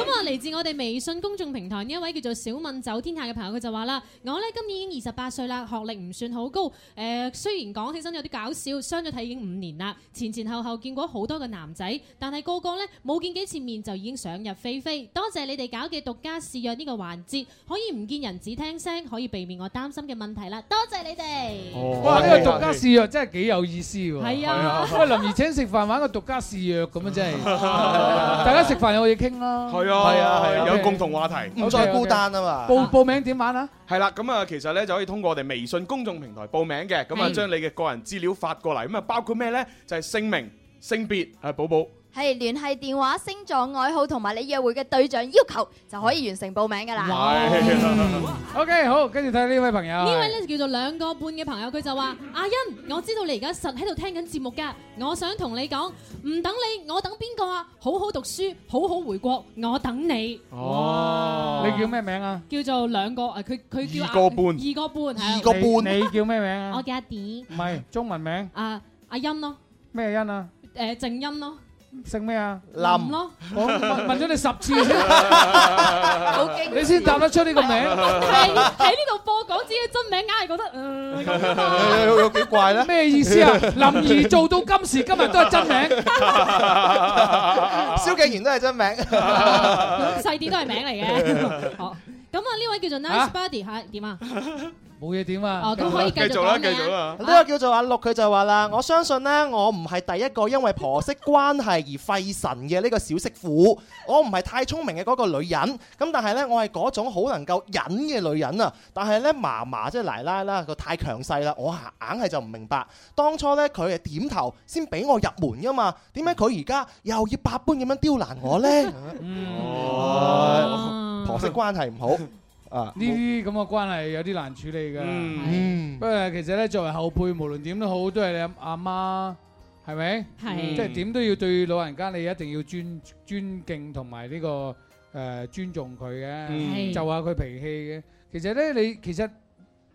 Speaker 3: 咁 啊，嚟自我哋微信公眾平台呢一位叫做小敏走天下嘅朋友，佢就話啦：我呢今年已經二十八歲啦，學歷唔算好高。誒、雖然講起身有啲搞笑，相咗睇已經五年啦，前前後後見過好多個男仔，但係個個呢冇見幾次面就已經想入非非。多謝你哋搞嘅獨家試約呢個環節，可以唔見人只聽聲，可以避免我擔心嘅問題啦。多謝你哋。
Speaker 9: 哇！呢個獨家試藥真係幾有意思喎。
Speaker 3: 係啊
Speaker 9: <laughs> 喂，林怡請食飯玩個獨家試藥咁
Speaker 3: <laughs>
Speaker 9: 樣真係，大家食飯有嘢傾啦。
Speaker 10: 係啊，係啊，有共同話題，
Speaker 9: OK，OK
Speaker 10: 啊
Speaker 9: 報報名點啊玩啊？
Speaker 10: 係啦，咁啊，其實咧就可以通過我哋微信公眾平台報名嘅，咁啊
Speaker 23: 係
Speaker 10: 將你嘅個人資料發過嚟，咁啊包括咩咧？就係姓名、性別，係寶寶。
Speaker 23: 係聯繫電話、星座愛好同埋你約會嘅對象要求，就可以完成報名㗎啦。
Speaker 9: OK，好，跟住睇下呢位朋友。
Speaker 3: 呢位咧叫做兩個半嘅朋友，佢就話：阿欣，我知道你而家實喺度聽緊節目㗎，我想同你講，唔等你，我等邊個啊？好好讀書，好好回國，我等你。
Speaker 9: 哦，你叫咩名啊？
Speaker 3: 叫做兩個誒，佢佢叫
Speaker 9: 二個半
Speaker 3: 二個半，係啊
Speaker 9: 你你叫咩名啊？
Speaker 3: <laughs> 我叫阿 D，
Speaker 9: 唔係中文名，
Speaker 3: 啊阿欣咯，
Speaker 9: 咩欣啊？
Speaker 3: 誒靜欣咯，
Speaker 9: 姓咩啊？
Speaker 3: 林咯
Speaker 9: <laughs> 我
Speaker 3: <laughs>
Speaker 9: 問問咗你十次先，
Speaker 3: 好勁
Speaker 9: <laughs> 你先答得出
Speaker 3: <laughs>
Speaker 9: 呢個名。
Speaker 3: 係喺呢度播講自己嘅真名，硬係覺得嗯咁樣啊
Speaker 8: 有有幾怪咧？
Speaker 9: 咩意思啊？林怡做到今時今日都係真名，
Speaker 8: 蕭敬仁都係真名。
Speaker 3: 細啲都係名嚟
Speaker 9: <laughs>
Speaker 3: 嘅。好，咁啊呢位叫做 Nice Body 嚇點啊？ <laughs>
Speaker 9: 冇嘢點啊？
Speaker 3: 哦咁可以繼續繼續啦講嘅繼續
Speaker 8: 呢個叫做阿六，佢就話啦：，我相信呢，我唔係第一個因為婆媳關係而費神嘅呢個小媳婦，我唔係太聰明嘅嗰個女人，咁但係呢，我係嗰種好能夠忍嘅女人啊！但係呢，嫲嫲即係奶奶啦，佢太強勢啦，我硬係就唔明白，當初呢，佢係點頭先俾我入門噶嘛，點解佢而家又要百般咁樣刁難我
Speaker 3: <laughs>
Speaker 8: 呢？
Speaker 9: Ừ.
Speaker 8: 哦婆媳關係唔好啊！
Speaker 9: 呢啲咁嘅關係有啲難處理㗎。
Speaker 8: 嗯
Speaker 9: 不過其實咧，作為後輩，無論點都好，都係你阿媽，係咪？
Speaker 3: 係
Speaker 9: 即係點都要對老人家，你一定要尊尊敬同埋呢個誒尊重佢
Speaker 10: 嗯
Speaker 9: 嘅，
Speaker 10: 係
Speaker 9: 就話佢脾氣嘅。其實咧，你其實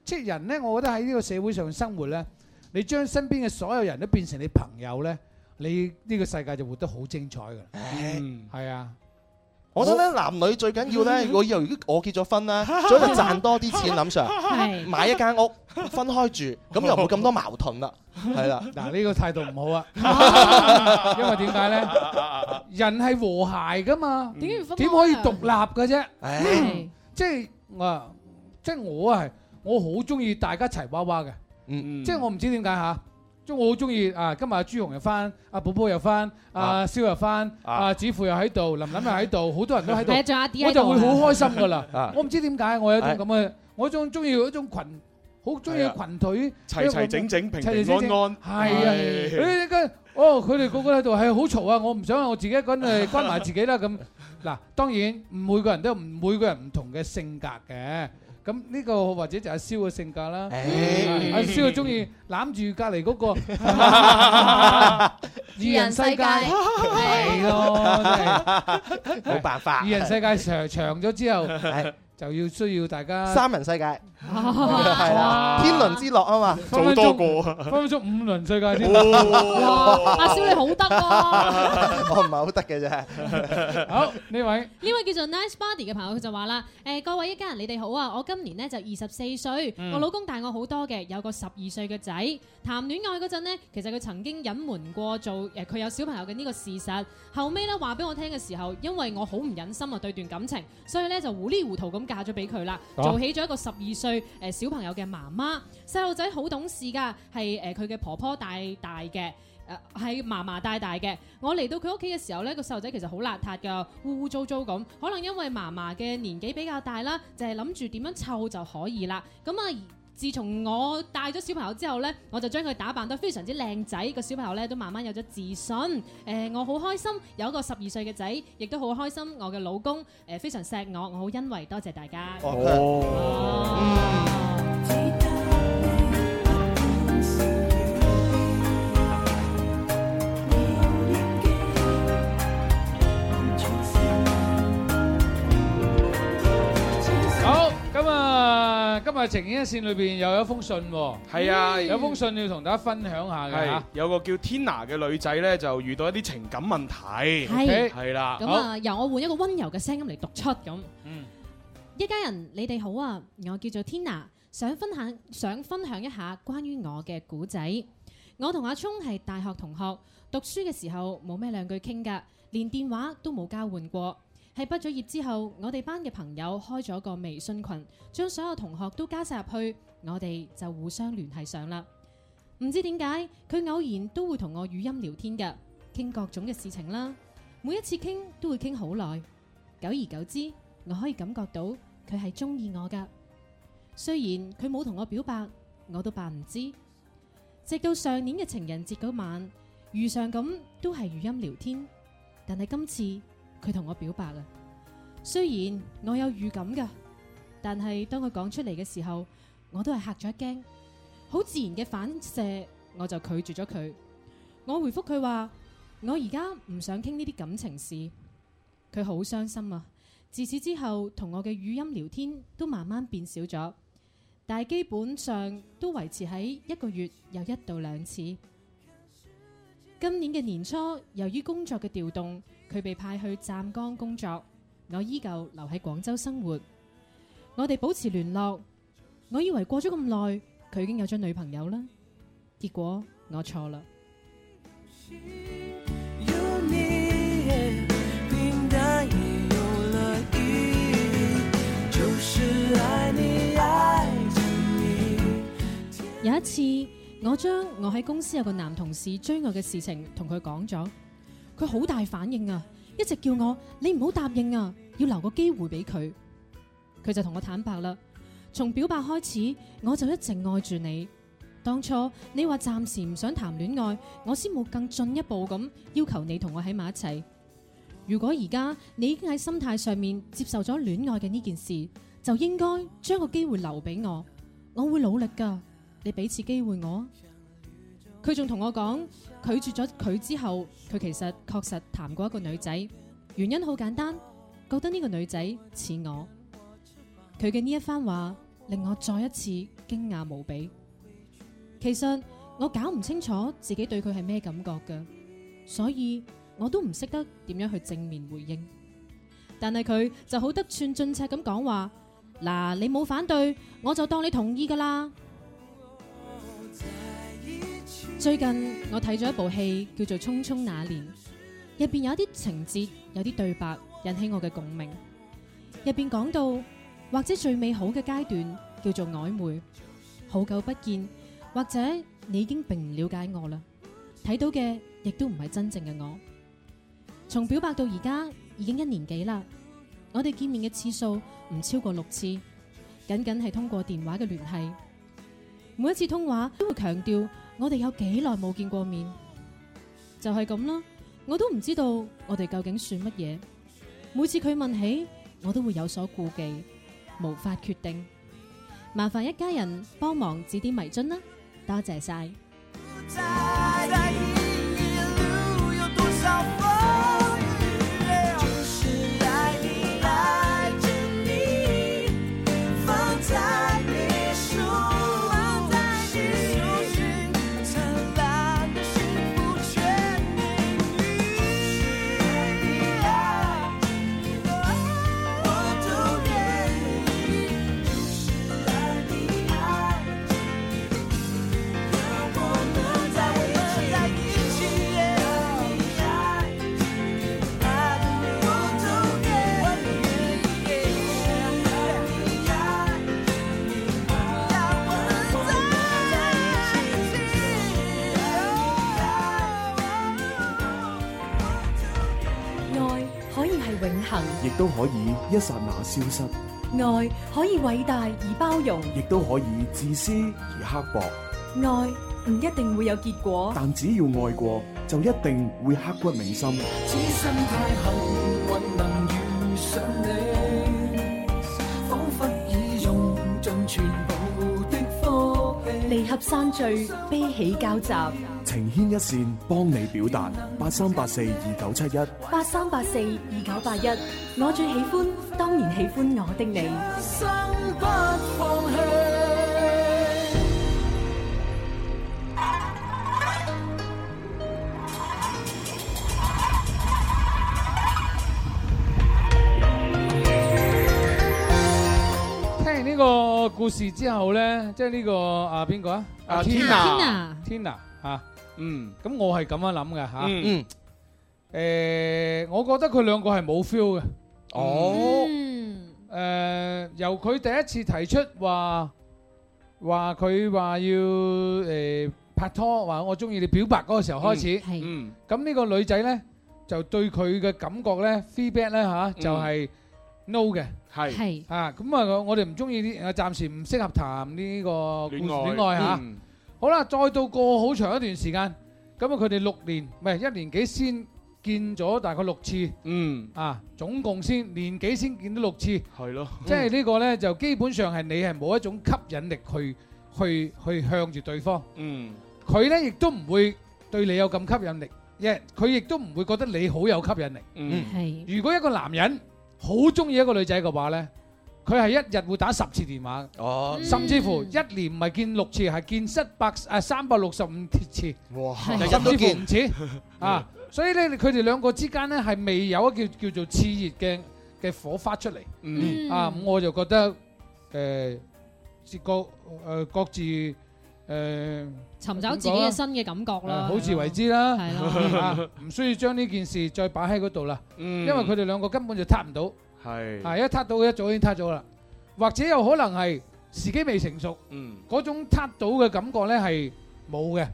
Speaker 9: 即係人咧，我覺得喺呢個社會上生活咧，你將身邊嘅所有人都變成你朋友咧，你呢個世界就活得好精彩㗎啦。係啊。
Speaker 8: 我覺得咧，男女最緊
Speaker 9: <laughs> 嗯
Speaker 8: 要咧，我以後如果我結咗婚咧，最緊要賺多啲錢，林 Sir，
Speaker 9: 係哦
Speaker 8: 買一間屋分開
Speaker 9: <laughs>
Speaker 8: 住，咁又冇咁多矛盾啦，係啦。
Speaker 9: 嗱，呢個態度唔好 <laughs> 啊，因為點
Speaker 10: <laughs>
Speaker 9: 解咧？人係和諧噶嘛，
Speaker 3: 點解要分開啊
Speaker 9: 點可以獨立嘅啫？
Speaker 8: 唉
Speaker 9: 即係我，即係我係我好中意大家齊娃娃嘅，
Speaker 8: 嗯
Speaker 9: 即係我唔知點解吓，即係我好中意啊！今日阿朱紅又翻，阿寶寶又翻，阿
Speaker 10: 啊
Speaker 9: 蕭又翻，阿子富又喺度，林林又喺度，好多人都喺
Speaker 3: <laughs> 係仲有阿 D 喺
Speaker 9: 度，我
Speaker 3: 度
Speaker 10: <laughs>
Speaker 9: 就會好開心噶
Speaker 10: 啊
Speaker 9: 啦！我唔知點解我有一種咁嘅我仲中意嗰種群，好中意
Speaker 10: 係啊
Speaker 9: 群隊
Speaker 10: 齊齊整整平平
Speaker 9: 齊齊整整
Speaker 10: 安安
Speaker 9: 係啊，
Speaker 10: 係
Speaker 9: 誒跟哦，佢哋個個喺度係好嘈啊！我唔想啊，我自己一
Speaker 8: <laughs>
Speaker 9: 個人誒關埋自己啦咁。嗱，當然每個人都有唔每個人唔同嘅性格嘅。咁呢個或者就係阿蕭嘅性格啦。阿蕭中意攬住隔離嗰
Speaker 8: <laughs>
Speaker 9: 個二人世界，係咯，真係。
Speaker 8: <laughs> 冇辦
Speaker 9: <laughs>
Speaker 8: 法。
Speaker 9: 二人世界長長咗之後，就要需要大家
Speaker 8: 三人
Speaker 9: <laughs>
Speaker 8: 世界，係
Speaker 9: 哇
Speaker 8: 啦，天倫之樂啊嘛，
Speaker 9: 哦分分鐘分分鐘五輪世界添。
Speaker 3: 哇阿蕭你好得啊！
Speaker 8: <laughs> 我唔係好得嘅啫。
Speaker 9: <laughs> 好，呢位
Speaker 3: <laughs> 呢位叫做 Nice Body 嘅朋友佢就話啦：誒、各位一家人，你哋好啊！我今年呢就二十四歲，
Speaker 11: 嗯
Speaker 3: 我老公大我好多嘅，有個十二歲嘅仔。談戀愛嗰陣呢，其實佢曾經隱瞞過做誒佢、有小朋友嘅呢個事實。後尾呢話俾我聽嘅時候，因為我好唔忍心啊對段感情，所以呢就糊里糊塗咁嫁咗俾佢啦，
Speaker 24: 啊
Speaker 3: 做起咗一個十二歲誒小朋友嘅媽媽。細路仔好懂事㗎，係誒佢嘅婆婆帶大嘅。誒係麻麻大大嘅。我嚟到佢屋企嘅時候呢個細路仔其實好邋遢㗎，污污糟糟咁。可能因為嫲嫲嘅年紀比較大啦，就係諗住點樣湊就可以啦。咁啊。自從我帶咗小朋友之後呢，我就將佢打扮得非常之靚仔，個小朋友呢都慢慢有咗自信。誒、我好開心有一個十二歲嘅仔，亦都好開心我嘅老公誒、非常錫我，我好欣慰，多謝大
Speaker 5: 哦
Speaker 3: 家。
Speaker 5: <laughs>
Speaker 9: 好，咁啊，今日情牽一線裏邊又有一封信喎。
Speaker 10: 係啊
Speaker 9: 有封信要同大家分享下嘅
Speaker 10: 係
Speaker 9: 嚇。
Speaker 10: 有個叫 Tina 嘅女仔咧，就遇到一啲情感問題，
Speaker 3: 係
Speaker 10: 係啦，
Speaker 3: 咁啊，由我換一個温柔嘅聲音嚟讀出咁。
Speaker 10: 嗯
Speaker 3: 一家人，你哋好啊！我叫做 Tina，想分享想分享一下關於我嘅古仔。我同阿聰係大學同學，讀書嘅時候冇咩兩句傾㗎，連電話都冇交換過。喺畢咗業之後，我哋班嘅朋友開咗個微信群，將所有同學都加晒入去，我哋就互相聯繫上啦。唔知點解，佢偶然都會同我語音聊天㗎，傾各種嘅事情啦。每一次傾都會傾好耐，久而久之，我可以感覺到佢係中意我㗎。雖然佢冇同我表白，我都扮唔知。直到上年嘅情人節嗰晚，如常咁都係語音聊天，但係今次佢同我表白啦。雖然我有預感㗎，但係當佢講出嚟嘅時候，我都係嚇咗一驚。好自然嘅反射，我就拒絕咗佢。我回覆佢話：我而家唔想傾呢啲感情事。佢好傷心啊！自此之後，同我嘅語音聊天都慢慢變少咗，但係基本上都維持喺一個月有一到兩次。今年嘅年初，由於工作嘅調動，佢被派去湛江工作，我依舊留喺廣州生活。我哋保持聯絡，我以為過咗咁耐，佢已經有咗女朋友啦。結果我錯啦。
Speaker 7: 有你，平淡也有了意义，就是爱你爱着你。
Speaker 3: 有一次，我將我喺公司有個男同事追我嘅事情同佢講咗，佢好大反應啊，一直叫我你唔好答應啊，要留個機會俾佢。佢就同我坦白啦，從表白開始，我就一直愛住你。當初你話暫時唔想談戀愛，我先冇更進一步咁要求你同我喺埋一齊。如果而家你已經喺心態上面接受咗戀愛嘅呢件事，就應該將個機會留俾我，我會努力噶。你俾次機會我啊。佢仲同我講，拒絕咗佢之後，佢其實確實談過一個女仔，原因好簡單，覺得呢個女仔似我。佢嘅呢一番話令我再一次驚訝無比。其實我搞唔清楚自己對佢係咩感覺嘅，所以我都唔識得點樣去正面回應。但係佢就好得寸進尺咁講話：嗱，你冇反對，我就當你同意噶啦。最近我睇咗一部戲叫做《匆匆那年》，入邊有一啲情節，有啲對白引起我嘅共鳴。入邊講到，或者最美好嘅階段叫做曖昧，好久不見，或者你已經並唔了解我啦，睇到嘅亦都唔係真正嘅我。從表白到而家已經一年幾啦，我哋見面嘅次數唔超過六次，僅僅係通過電話嘅聯繫。每一次通話都會強調我哋有幾耐冇見過面，就係咁啦。我都唔知道我哋究竟算乜嘢。每次佢問起，我都會有所顧忌，無法決定。麻煩一家人幫忙指點迷津啦，多謝晒。
Speaker 5: 有多少风雨？就是爱你，爱着你，放在你手，放在你手心，灿烂的幸福全给你。爱你，我都愿意，就是爱你，爱着你，让我们在一起。
Speaker 11: 愛可以係永恒，
Speaker 16: 亦都可以一刹那消失，
Speaker 11: 愛可以偉大而包容，
Speaker 16: 亦都可以自私而刻薄。
Speaker 11: 愛唔一定會有結果。
Speaker 16: 但只要愛過，就一定會刻骨銘心。
Speaker 7: 此生太幸運能遇上你，彷彿已用盡全部的福氣。
Speaker 11: 離合散聚，悲喜交集。
Speaker 16: 情牽一線，幫你表達。八三八四二九七一。
Speaker 11: 八三八四二九八一，我最喜歡，當然喜歡我的你。
Speaker 5: 心不放棄。
Speaker 9: 聽呢個故事之後咧，即係呢個啊邊個啊？
Speaker 10: 啊
Speaker 9: Tina Tina 啊，
Speaker 10: 嗯，
Speaker 9: 咁我係咁樣諗嘅嚇，
Speaker 10: 嗯
Speaker 9: 誒，我覺得佢兩個係冇 feel 嘅。嗯
Speaker 10: 哦，
Speaker 9: 誒，由佢第一次提出話話佢話要誒拍拖，話我中意你表白嗰個時候開始，
Speaker 10: 嗯，
Speaker 9: 咁呢個女仔咧就對佢嘅感覺咧 feedback 咧嚇就係 no 嘅。
Speaker 10: 係
Speaker 3: 係
Speaker 9: 啊，咁啊，我哋唔中意啲，暫時唔適合談呢個故事
Speaker 10: 戀愛
Speaker 9: 戀愛啊
Speaker 8: 啊
Speaker 9: 嚇
Speaker 10: 嗯。
Speaker 9: 好啦，再到過好長一段時間，咁啊，佢哋六年唔係一年幾先見咗大概六次，
Speaker 10: 嗯
Speaker 9: 啊，總共先年幾先見到六次，
Speaker 10: 係咯，
Speaker 9: 即係呢個呢，就基本上係你係冇一種吸引力去去去向住對方，
Speaker 10: 嗯，
Speaker 9: 佢呢亦都唔會對你有咁吸引力，因為佢亦都唔會覺得你好有吸引力，
Speaker 10: 嗯
Speaker 3: 係
Speaker 9: 如果一個男人好中意一個女仔嘅話呢，佢係一日會打十次電話，
Speaker 10: 哦
Speaker 9: 甚至
Speaker 3: 嗯
Speaker 9: 乎一年唔係見六次，係見七百啊三百六十五次，
Speaker 8: 哇
Speaker 10: 日日
Speaker 9: 甚
Speaker 10: 都
Speaker 9: 至乎
Speaker 10: 見
Speaker 9: 唔止啊！所以呢，佢哋兩個之間呢，係未有一叫叫做熾熱嘅嘅火花出嚟。
Speaker 10: 嗯
Speaker 9: 啊，咁我就覺得誒，自各誒各自呃誒
Speaker 3: 尋
Speaker 9: 尋
Speaker 3: 找自己嘅新嘅感覺啦，
Speaker 9: 啊呃好自為之啦，啊唔需要將呢件事再擺喺嗰度啦，
Speaker 10: 嗯
Speaker 9: 因為佢哋兩個根本就撻唔到，
Speaker 10: 係，
Speaker 9: 啊一撻到一早已經撻咗啦，或者有可能係時機未成熟，
Speaker 10: 嗯
Speaker 9: 嗰種撻到嘅感覺呢係冇嘅，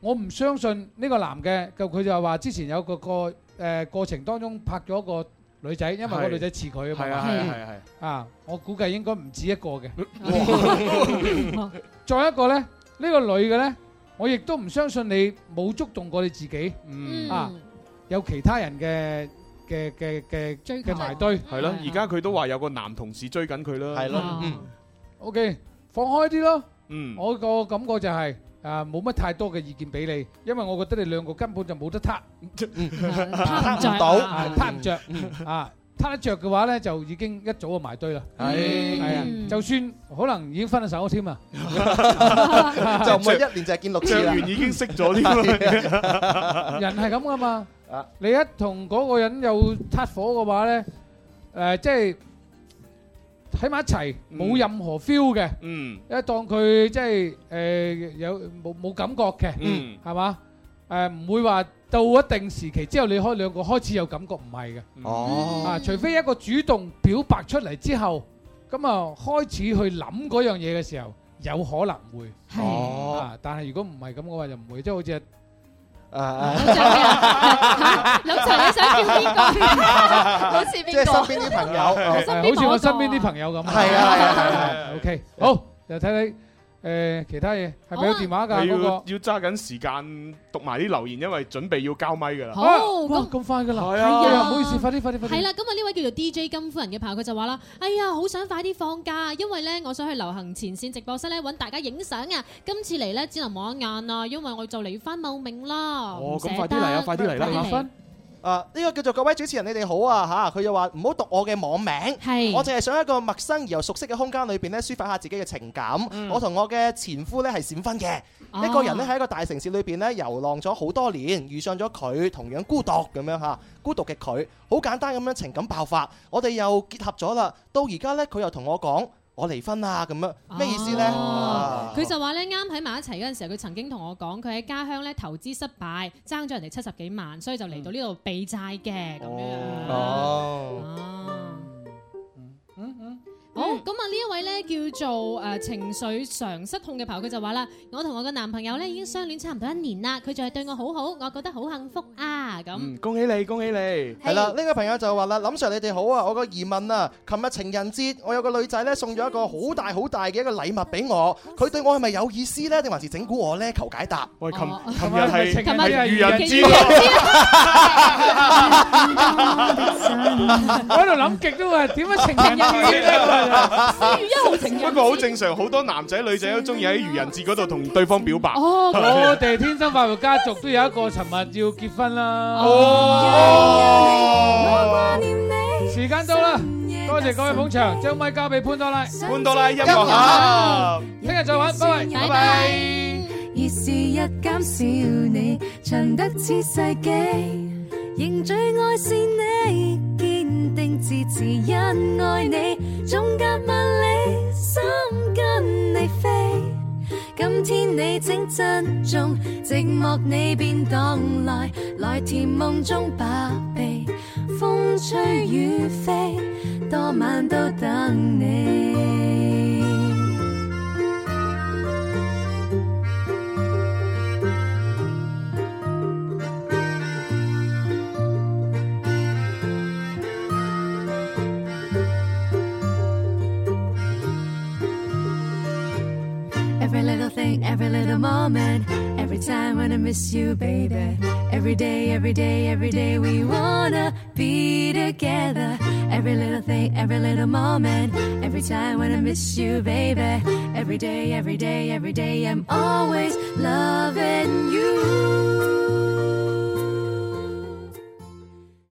Speaker 9: 我唔相信呢個男嘅，就佢就話之前有個個誒過程當中拍咗個女仔，因為個
Speaker 10: 係
Speaker 9: 女仔似佢啊嘛，
Speaker 10: 係啊係啊係啊係。
Speaker 9: 啊，我估計應該唔止一個
Speaker 10: <laughs>
Speaker 9: 嘅。
Speaker 10: 哇
Speaker 9: 再一個呢，呢、個女嘅呢，我亦都唔相信你冇觸動過你自己。
Speaker 10: 嗯
Speaker 9: 啊，有其他人嘅嘅嘅嘅
Speaker 10: 追
Speaker 9: 嘅埋堆。啊
Speaker 10: 係咯，而家佢都話有個男同事追緊佢啦，
Speaker 8: 係咯嗯
Speaker 9: O K，放開啲咯。
Speaker 10: 嗯
Speaker 9: 我個感覺就係、啊，冇乜太多嘅意見俾你，因為我覺得你兩個根本就冇得撻，
Speaker 8: 撻唔着啊
Speaker 9: 啊撻唔着啊，撻得着嘅話咧，就已經一早就埋堆啦。
Speaker 8: 係
Speaker 9: 係啊，就算可能已經分咗手添啊，
Speaker 8: 就唔係一年就係見六次啦。
Speaker 10: 着完已經識咗添啦
Speaker 9: 人係咁噶嘛
Speaker 8: 啊。
Speaker 9: 你一同嗰個人有撻火嘅話咧，誒即係喺埋一齊冇任何 feel 嘅。
Speaker 10: 嗯
Speaker 9: 一當佢即係誒有冇冇感覺嘅，
Speaker 10: 嗯
Speaker 9: 係嘛？誒唔會話到一定時期之後，你開兩個開始有感覺，唔係嘅。
Speaker 8: 哦
Speaker 9: 啊，除非一個主動表白出嚟之後，咁啊開始去諗嗰樣嘢嘅時候，有可能會。
Speaker 3: 係
Speaker 9: 啊，但係如果唔係咁嘅話，就唔會。即係好似
Speaker 8: 啊
Speaker 23: 好
Speaker 8: <laughs>
Speaker 23: 似邊個
Speaker 8: 即係身邊啲
Speaker 5: <laughs>
Speaker 8: 朋友，
Speaker 9: 係係 <laughs> 好似我身邊啲朋友咁。
Speaker 8: 係啊係啊係啊
Speaker 10: 係啊
Speaker 9: OK，好，就睇你誒其他嘢係咪有電話㗎
Speaker 10: 你要
Speaker 9: 嗰個？
Speaker 10: 要揸緊時間讀埋啲留言，因為準備要交咪㗎啦。
Speaker 3: 好，
Speaker 9: 哇咁快㗎啦，係
Speaker 10: 啊
Speaker 9: 唔好意思，快啲
Speaker 3: <laughs>
Speaker 9: 快啲快啲。
Speaker 3: 係啦，咁啊呢位叫做 DJ 金夫人嘅朋友佢就話啦：，哎呀，好想快啲放假，因為咧我想去流行前線直播室咧揾大家影相啊！今次嚟咧只能望一眼啊，因為我就嚟翻茂名啦。哦
Speaker 8: 哦
Speaker 3: 唔捨得嚟
Speaker 8: 啊！呢個叫做各位主持人，你哋好啊嚇！佢又話唔好讀我嘅網名，我淨係想一個陌生而又熟悉嘅空間裏邊咧，抒發下自己嘅情感。
Speaker 3: 嗯
Speaker 8: 我同我嘅前夫咧係閃婚嘅，
Speaker 24: 哦
Speaker 8: 一個人咧喺一個大城市裏邊咧遊浪咗好多年，遇上咗佢，同樣孤獨咁樣嚇，孤獨嘅佢，好簡單咁樣情感爆發。我哋又結合咗啦，到而家咧佢又同我講我離婚啦咁樣，咩意思呢？啊
Speaker 3: 哦佢就話咧，啱喺埋一齊嗰陣時候，佢曾經同我講，佢喺家鄉咧投資失敗，爭咗人哋七十幾萬，所以就嚟到呢度避債
Speaker 8: 哦
Speaker 3: 嘅咁樣。啊好，咁啊呢一位咧叫做誒、呃情緒常失控嘅朋友，佢就話啦：我同我嘅男朋友咧已經相戀差唔多一年啦，佢仲係對我好好，我覺得好幸福啊咁。
Speaker 10: 嗯恭喜你，恭喜你！
Speaker 8: 係啦，呢個朋友就話啦，林 Sir 你哋好啊，我個疑問啊，琴日情人節我有個女仔呢，送咗一個好大好大嘅一個禮物俾
Speaker 10: 哦
Speaker 8: 我，佢對我係咪有意思呢？定還是整蠱我呢？求解答。
Speaker 10: 喂，哦琴
Speaker 8: 琴
Speaker 10: 日係琴日係愚人節 <laughs>
Speaker 8: <laughs>
Speaker 9: 我喺度諗極都話點樣情人節呢
Speaker 10: 四
Speaker 9: 月一號情人節
Speaker 10: 不過好正常，好多男仔女仔都中意喺愚人節嗰度同對方表白。
Speaker 9: 哦，我哋天生快活家族都有一個尋日要結婚啦。
Speaker 10: 哦，
Speaker 9: 時間到啦，多謝各位捧場，將咪交俾潘多拉，
Speaker 10: 潘多拉音樂
Speaker 24: Dạ,
Speaker 10: 盒，
Speaker 9: 聽日再玩，拜拜，
Speaker 24: 拜拜。而是日減少你，長得似世紀，仍最愛是你，堅定自持因愛你，縱隔萬里，心跟你飛。今天你請珍重，寂寞你便蕩來，來甜夢中把臂，風吹雨飛，多晚都等你。Every little thing, every little moment, every time when I miss you, baby. Every day, every day, every day we wanna be together. Every little thing, every little moment, every time when I miss you, baby. Every day, every day, every day I'm always loving you.